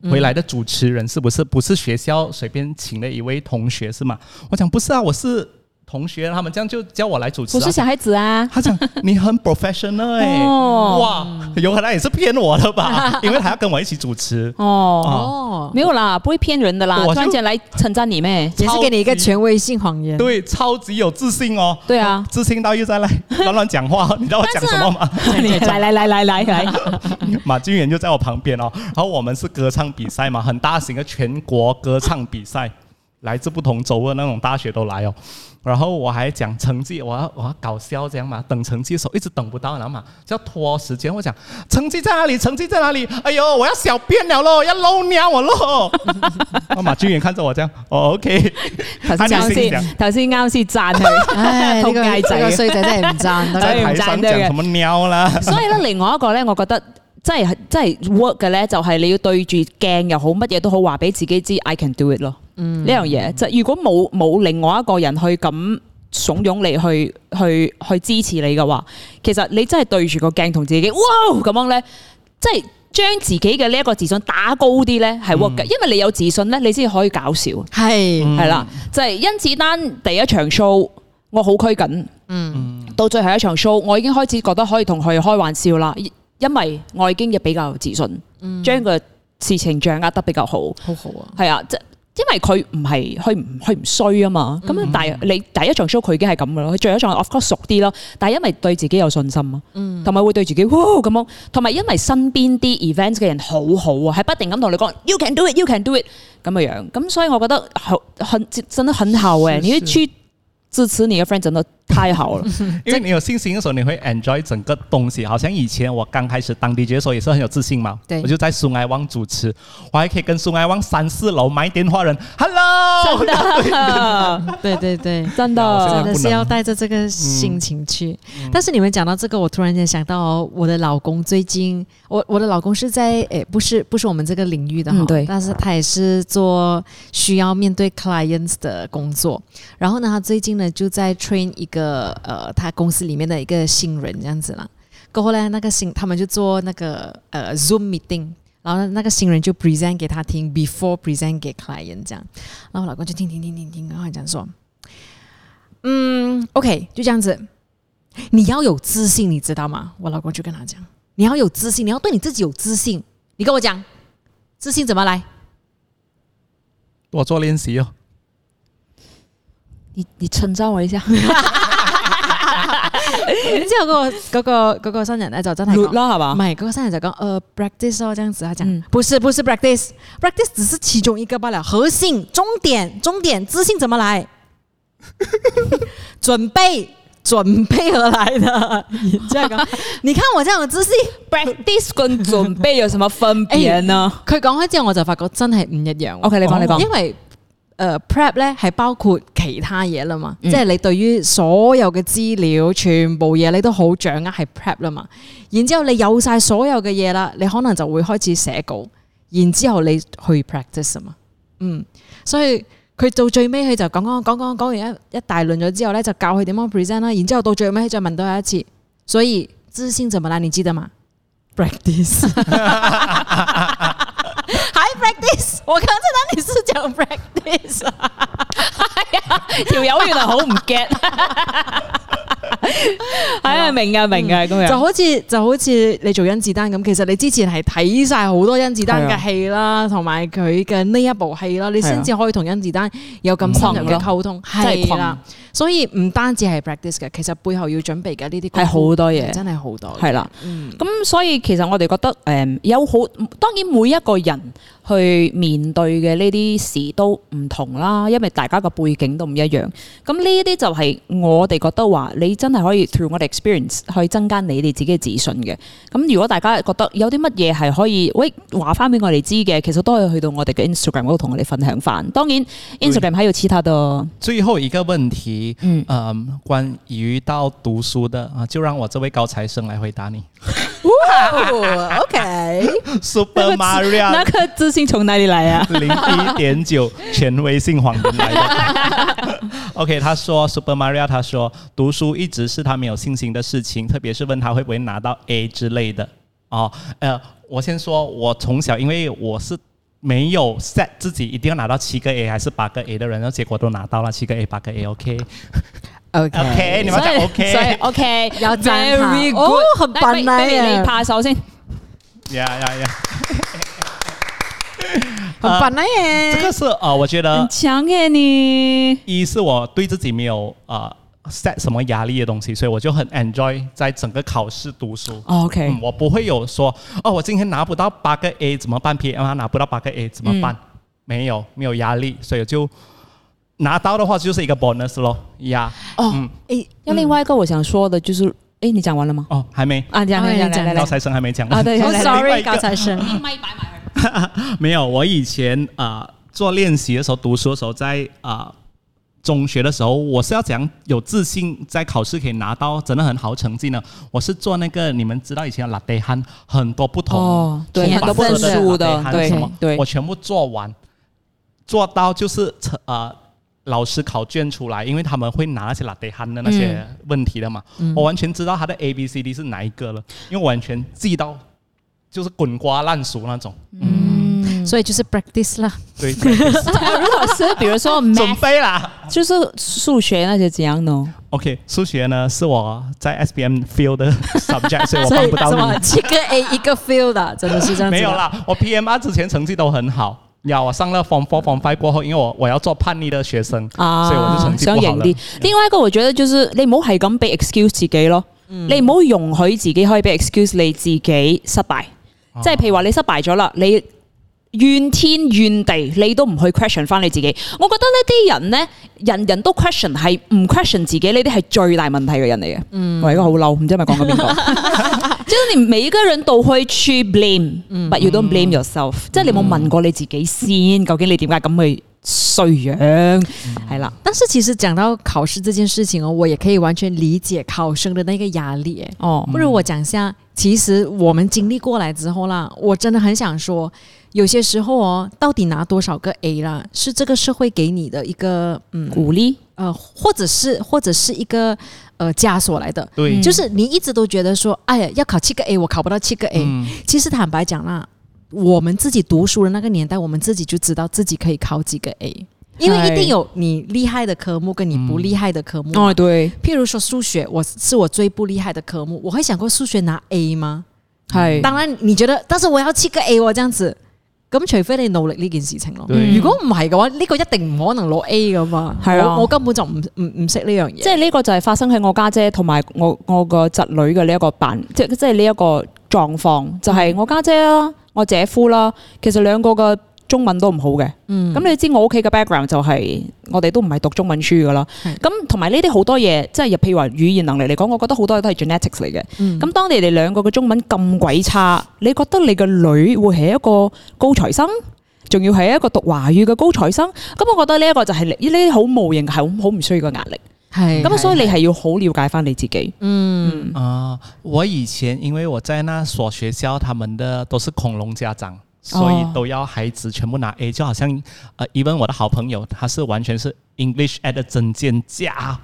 Speaker 2: 嗯
Speaker 1: 回来的主持人是不是？不是学校随便请的一位同学是吗？我讲不是啊，我是同学，他们这样就叫我来主持、
Speaker 2: 我
Speaker 1: 啊。
Speaker 2: 是小孩子啊，
Speaker 1: 他讲你很 professional 哎、
Speaker 2: 哦
Speaker 1: 哇，有可能也是骗我的吧？因为他要跟我一起主 持。
Speaker 2: 哦，
Speaker 1: 啊
Speaker 3: 哦，
Speaker 2: 没有啦，不會騙人的啦，
Speaker 1: 我就
Speaker 2: 突然間來稱讚 你咩？
Speaker 3: 也是给你一个
Speaker 1: 超级
Speaker 3: 权威性谎言。
Speaker 1: 对，啊超级有自信哦。
Speaker 2: 對啊，
Speaker 1: 自信到又在那里乱乱讲话，你知道我讲什么吗？
Speaker 2: 你來來來來來 來，
Speaker 1: 马俊元就在我旁边哦，然后我们是歌唱比赛嘛，很大型的全国歌唱比赛，来自不同州的那种大学都来哦。然后我还讲成绩，我要我要搞笑这样嘛，等成绩的时候一直等不到，然后嘛就要拖时间。我讲成绩在哪里？成绩在哪里？哎呦，我要小便了咯，要漏尿我咯。 然后马俊远看着我这样，哦，OK，
Speaker 2: 頭 先
Speaker 1: 啊你
Speaker 2: 啱
Speaker 1: 先講
Speaker 2: 先，頭先啱先讚佢。
Speaker 3: 唉，呢個
Speaker 2: 仆街仔
Speaker 3: 呢個衰仔真係唔 讚
Speaker 2: 哎
Speaker 3: 得。
Speaker 1: 在
Speaker 2: 唔
Speaker 1: 台
Speaker 2: 贊
Speaker 1: 上
Speaker 2: 得
Speaker 1: 讲
Speaker 2: 嘅
Speaker 1: 什么尿啦。
Speaker 2: 所以咧，另外一個咧，我覺得真係真係 work 嘅咧，就係你要對住鏡又好，乜嘢都好，話俾自己知 I can do it 咯。呢樣嘢即係如果冇冇另外一個人去咁怂恿你去去去支持你嘅話，其實你真係對住個鏡同自己哇咁樣咧，即係將自己嘅呢一個自信打高啲咧，係 work 嘅，因為你有自信咧，你先可以搞笑。
Speaker 1: 嗯
Speaker 3: 係
Speaker 2: 係啦，就係甄子丹第一場 show，我好拘謹。嗯，到最後一場 show，我已經開始覺得可以同佢開玩笑啦，因因為我已經比較有自信，將個事情掌握得比較好。
Speaker 3: 好好啊，
Speaker 2: 係啊，即因為佢唔係佢唔佢唔衰啊嘛，咁但係你第一場 show 佢已經係咁噶啦，佢最後一場 of course 熟啲啦，但係因為對自己有信心啊，同埋會對自己哇咁樣，同埋因為身邊啲 event 嘅人好好啊，係不定咁同你講 you can do it，you can do it 咁嘅樣，咁所以我覺得好很真的很好誒，你要去支持你嘅 friend 真的太好了，
Speaker 1: 因为你有信心的时候，你会 enjoy 整个东西。好像以前我刚开始当 DJ 的时候，也是很有自信嘛。
Speaker 3: 对
Speaker 1: 我就在苏埃旺主持，我还可以跟苏埃旺三四楼买电话人，Hello，
Speaker 3: 對對對。
Speaker 1: 我
Speaker 2: 真
Speaker 3: 真
Speaker 1: 哦真
Speaker 2: 的
Speaker 1: 的
Speaker 3: 的
Speaker 1: 不
Speaker 3: 是
Speaker 1: 能
Speaker 3: 要带着这个心情去。
Speaker 2: 嗯
Speaker 3: 但是你们讲到这个，我突然间想到哦、我的老公最近，我我的老公是在诶，不是不是我们这个领域的哈、
Speaker 2: 嗯对
Speaker 3: 但是他也是做需要面对 clients 的工作。然后呢，他最近呢就在 train 一个呃，他公司里面的一个新人这样子啦。过后呢，那个新他们就做那个呃 Zoom meeting。然后呢那个新人就 present 给他听，before present 给 client 这样，然后我老公就听听听听听，然后他讲说，嗯，OK，就这样子。你要有自信，你知道吗？我老公就跟他讲，你要有自信，你要对你自己有自信。你跟我讲，自信怎么来？
Speaker 1: 多做练习哦。
Speaker 2: 你你稱讚我一 下，
Speaker 3: 然之后嗰、个嗰、个嗰、个新人咧就真系
Speaker 2: 熱
Speaker 3: 讲，
Speaker 2: 啦係嘛
Speaker 3: 唔？系嗰个新人就讲，呃，practice 哦，这样子他讲，
Speaker 2: 嗯
Speaker 3: 不是不是 practice，practice 只是其中一个罢了，核心终点终点，自信怎么来？准备准备而 来的，然之后讲， 你看我这样有自信。
Speaker 2: practice 跟準備有什麼分別呢？
Speaker 3: 佢講開之後，我就發覺真係唔一樣喎。
Speaker 2: OK，你講你講
Speaker 3: 哦因為誒、呃 prep 咧係包括其他嘢啦嘛，
Speaker 2: 嗯
Speaker 3: 即係你對於所有嘅資料、全部嘢你都好掌握係 prep 啦嘛。然之後你有晒所有嘅嘢啦，你可能就會開始寫稿，然之後你去 practice 啊嘛。嗯，所以佢到最尾佢就講講講講講完一一大輪咗之後咧，就教佢點樣 present 啦。然之後到最尾佢再問多佢一次，所以自信怎麼啦？你記得嗎？Practice。还 practice？我刚才那里是讲 practice 啊，
Speaker 2: 條友原來好唔 get，係啊，明啊明啊咁
Speaker 3: 就
Speaker 2: 樣。
Speaker 3: 好似就好似你做甄子丹咁，其實你之前係睇晒好多甄子丹嘅戲啦，同埋佢嘅呢一部戲啦，你先至可以同甄子丹有咁深入嘅溝通，
Speaker 2: 真係
Speaker 3: 係啦。所以唔單止係 practice 嘅，其實背後要準備嘅呢啲功
Speaker 2: 係
Speaker 3: 夫
Speaker 2: 好多嘢
Speaker 3: 真係好多嘅。
Speaker 2: 係啦，咁所以其實我哋覺得誒、嗯有好，當然每一個人去面對嘅呢啲事都唔同啦，因為大家嘅背景都唔一樣。咁呢一啲就係我哋覺得話，你真係可以 through 我哋 experience 去增加你哋自己嘅自信嘅。咁如果大家覺得有啲乜嘢係可以，喂話翻俾我哋知嘅，其實都可以去到我哋嘅 Instagram 嗰度同我哋分享翻。當然 Instagram 喺度其他的。
Speaker 1: 最后一个问题，
Speaker 2: 嗯
Speaker 1: 嗯、关于到读书的啊，就让我这位高材生来回答你。
Speaker 3: 哦 OK，
Speaker 1: Super
Speaker 2: 那
Speaker 1: Mario
Speaker 2: 个自信从哪里来啊？
Speaker 1: 零一点九权威性谎言来的。OK，他 说 Super Mario，他说读书一直是他没有信心的事情，特别是问他会不会拿到 A 之类的。哦，呃，我先说，我从小因为我是没有 set 自己一定要拿到七个 A 还是八个 A 的人，然后结果都拿到了七个 A、八个 A，OK、
Speaker 3: OK
Speaker 1: OK，你们
Speaker 2: 嗯所以
Speaker 1: 讲 OK，
Speaker 2: 所以哦 OK，
Speaker 3: 有讚他
Speaker 2: very
Speaker 3: 哦
Speaker 2: good，
Speaker 3: 很棒
Speaker 2: 嚟
Speaker 3: 啊
Speaker 2: 嚟你拍手先，
Speaker 1: 呀呀呀，
Speaker 3: 很笨啊
Speaker 1: 这
Speaker 3: 耶！
Speaker 1: 个是呃，我觉
Speaker 2: 很
Speaker 1: 得
Speaker 2: 强嘅你。
Speaker 1: 一是我对自己没有呃 set 什么压力的东西，所以我就很 enjoy 在整个考试读书。
Speaker 2: OK，
Speaker 1: 嗯，我不会有说哦，我今天拿不到啊
Speaker 2: 嗯
Speaker 1: 八个 A 怎么办？P M 拿不到八个 A 怎么办？没有，没有压力，所以就拿到的话就是一个 bonus 咯，呀、
Speaker 3: 哦，诶，
Speaker 2: 那另外一个我想说的就是，哎，你讲完了吗？
Speaker 1: 哦，还没，
Speaker 2: 啊，讲
Speaker 3: 啊
Speaker 2: 讲
Speaker 3: 你
Speaker 2: 讲
Speaker 3: 讲
Speaker 2: 来来
Speaker 1: 高
Speaker 2: 来，
Speaker 1: 材生还没讲完。
Speaker 2: 啊，对，
Speaker 3: 嗯，
Speaker 2: 来来
Speaker 3: 哦
Speaker 1: 另
Speaker 2: 来
Speaker 1: 外
Speaker 3: sorry，
Speaker 1: 一个
Speaker 3: 高材生，
Speaker 2: 麦摆埋佢。
Speaker 1: 没有，我以前啊、呃做练习的时候，读书的时候，在啊、呃中学的时候，我是要怎样有自信在考试可以拿到真的很好成绩呢？我是做那个你们知道以前的拉丁汉很多不同
Speaker 2: 哦对
Speaker 1: 种
Speaker 3: 很多
Speaker 1: 白色
Speaker 3: 不同
Speaker 2: 树的
Speaker 1: 拉丁汉
Speaker 2: 对
Speaker 1: 什么
Speaker 2: 对
Speaker 1: 我全部做完，做到就是成呃。老师考卷出来，因为他们会拿那些拉丁汉的那些
Speaker 2: 嗯
Speaker 1: 问题的嘛，我完全知道他的 A B C D 是哪一个了，因为我完全记到就是滚瓜烂熟那种。
Speaker 2: 嗯，
Speaker 3: 所以就是 practice 啦。
Speaker 1: 对，practice
Speaker 2: 如果是比如说
Speaker 1: 准
Speaker 2: math，
Speaker 1: 备啦。
Speaker 2: 就是数学那些怎样呢？
Speaker 1: OK，数学呢是我在 SPM feel 的 subject，所以我
Speaker 3: 所
Speaker 1: 帮
Speaker 3: 以
Speaker 1: 不到
Speaker 3: 什么
Speaker 1: 你。
Speaker 3: 七个 A 一个 feel 的，真的是这样子的。
Speaker 1: 没有啦，我 PMR 之前成绩都很好。呀，我上了 Form Four、Form Five 过后，因为我我要做叛逆的学生，
Speaker 2: 啊，
Speaker 1: 所以我就成績
Speaker 2: 想
Speaker 1: 不好
Speaker 2: 贏
Speaker 1: 啦
Speaker 2: 啲。另外一個我覺得就是你唔好係咁俾 excuse 自己咯，
Speaker 1: 嗯
Speaker 2: 你唔好容許自己可以俾 excuse 你自己失敗。
Speaker 1: 啊
Speaker 2: 即係譬如話你失敗咗啦，你怨天怨地，你都唔去 question 翻你自己。我覺得呢啲人呢，人人都 question 係唔 question 自己，呢啲係最大問題嘅人嚟嘅。
Speaker 1: 嗯
Speaker 2: 我而家好嬲，唔知係咪講緊邊個？ 即係你每一個人都去去
Speaker 1: 嗯
Speaker 2: blame，but you don't blame yourself，即係你冇問過你自己先，究竟你點解咁去衰
Speaker 1: 嗯
Speaker 2: 樣？係啦。
Speaker 3: 但是其实讲到考试这件事情哦，我也可以完全理解考生的那个压力。哎，
Speaker 2: 哦，
Speaker 3: 不如我讲一下，其实我们经历过来之后啦，我真的很想说，有些时候哦，到底拿多少个 A 啦，是这个社会给你的一个嗯
Speaker 2: 鼓励
Speaker 3: 呃，或者是或者是一个呃枷锁来的。
Speaker 1: 对，
Speaker 3: 就是你一直都觉得说，哎呀，要考七个 A，我考不到七个 A。
Speaker 1: 嗯
Speaker 3: 其实坦白讲啦，我们自己读书的那个年代，我们自己就知道自己可以考几个 A，因为
Speaker 2: 嗨
Speaker 3: 一定有你厉害的科目跟你不厉害的科目。
Speaker 2: 哦，对，
Speaker 3: 譬如说数学，我是我最不厉害的科目，我会想过数学拿 A 吗？
Speaker 2: 系
Speaker 3: 当然，你觉得，但是我要七个 A 喎，这样子，咁除非你努力呢件事情咯。
Speaker 1: 對
Speaker 3: 如果唔係嘅話，呢、個一定唔可能攞 A 噶嘛。
Speaker 2: 係啊
Speaker 3: 我我根本就唔唔唔識呢樣嘢。
Speaker 2: 即係呢個就係發生喺我家姐同埋我我個侄女嘅呢一個辦，即即係呢一個狀況，就
Speaker 3: 嗯
Speaker 2: 係我家姐啦，我姐夫啦，其實兩個嘅中文都唔好嘅。
Speaker 3: 嗯
Speaker 2: 咁你知我屋企嘅 background 就係我哋都唔係讀中文書噶啦
Speaker 3: 係。
Speaker 2: 咁同埋呢啲好多嘢，即係譬如話語言能力嚟講，我覺得好多嘢都係 genetics 嚟嘅。
Speaker 3: 嗯
Speaker 2: 咁當你哋兩個嘅中文咁鬼差，你覺得你嘅女會係一個高材生，仲要係一個讀華語嘅高材生？咁我覺得呢一個就係你呢啲好無形嘅，係好好唔需要嘅壓力。
Speaker 3: 係
Speaker 2: 咁所以
Speaker 3: 係
Speaker 2: 你係要好了解翻你自己。
Speaker 3: 嗯
Speaker 1: 啊、我以前因为我在那所学校，他们的都是恐龙家长，所以都要孩子全部拿 A，、就好像呃，even 我的好朋友，他是完全是 English at 的整件架，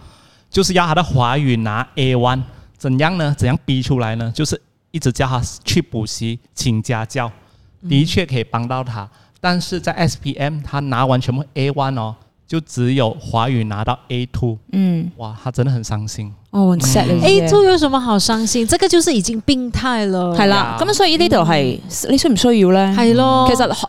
Speaker 1: 就是要他的华语拿 A one，怎样呢？怎样逼出来呢？就是一直叫他去补习，请家教，的确可以帮到他，但是在 SPM 他拿完全部 A one 哦，就只有华语拿到 A two，
Speaker 2: 嗯，
Speaker 1: 哇，他真的很伤心。
Speaker 2: 哦很，sad 呢啲嘢
Speaker 3: A two 哎有什么好伤心？这个就是已经病态了。
Speaker 2: 係啦。咁所以呢度係你需唔需要咧？
Speaker 3: 系咯，
Speaker 2: 嗯其實學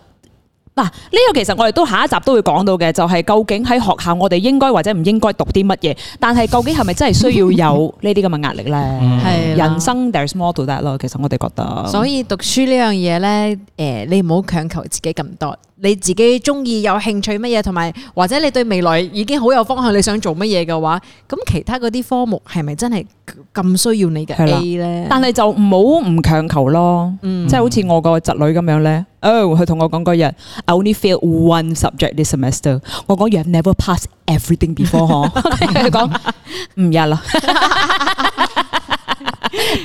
Speaker 2: 嗱，呢個其實我哋都下一集都會講到嘅，就係、究竟喺學校我哋應該或者唔應該讀啲乜嘢，但係究竟係咪真係需要有呢啲咁嘅壓力咧？
Speaker 3: 係啦
Speaker 2: 人。生 there's more to that 咯，其實我哋覺得。
Speaker 3: 所以讀書呢樣嘢咧，诶、你唔好強求自己咁多，你自己中意有興趣乜嘢，同埋或者你對未來已經好有方向，你想做乜嘢嘅話，咁其他嗰啲科目係咪真係咁需要你嘅
Speaker 2: 係啦
Speaker 3: A 咧？
Speaker 2: 但係就唔好唔強求咯，即係好似我個侄女咁樣咧。哦，佢同我講嗰日，I only fail one subject this semester。我講 You have never passed everything before 呵。 佢講唔日 啦，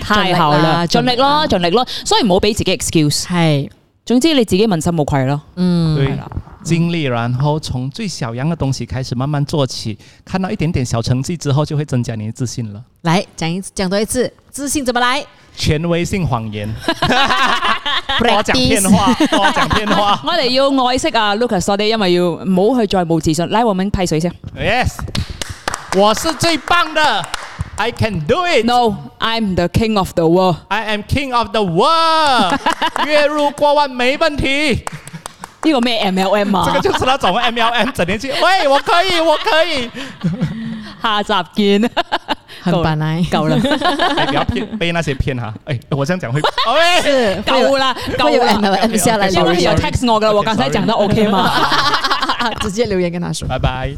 Speaker 2: 太好啦，盡
Speaker 3: 盡
Speaker 2: 力
Speaker 3: 力
Speaker 2: 咯，盡力咯。所以唔好俾自己 excuse。
Speaker 3: 係
Speaker 2: 總之你自己問心無愧咯。
Speaker 3: 嗯，
Speaker 1: 对，经历，然后从最小样的东西开始慢慢做起，看到一点点小成绩之后，就会增加你的自信了。
Speaker 3: 来讲一讲多一次，自信怎么來？
Speaker 1: 权威性谎言，多讲骗话，多讲骗话。
Speaker 2: 我哋要愛惜啊，Lucas，我哋因為要唔好去再冇自信。來，我們拍水先。
Speaker 1: Yes，我是最棒的，I can do it。
Speaker 2: No，I'm the king of the world。
Speaker 1: I am king of the world，月入过万没问题。
Speaker 2: 呢個咩 MLM
Speaker 1: 这
Speaker 2: 啊
Speaker 1: 个？就是那种 MLM 整天去，喂，我可以，我可以，
Speaker 2: 下集 見。
Speaker 3: 很
Speaker 2: 夠啦
Speaker 3: 本來
Speaker 2: 夠 啦，
Speaker 1: 哎不要骗被那些骗哈。哎，我这样讲会，哦喂，
Speaker 3: 是
Speaker 2: 夠啦，
Speaker 3: 會有
Speaker 2: 夠啦。
Speaker 3: M 下來
Speaker 2: 因
Speaker 3: 留
Speaker 2: 為有
Speaker 3: 言，
Speaker 1: sorry，
Speaker 2: text 我噶啦，我
Speaker 1: Okay，
Speaker 2: 剛才
Speaker 1: sorry
Speaker 2: 講得 OK 嘛。
Speaker 3: 直接留言跟他說。
Speaker 1: 拜拜。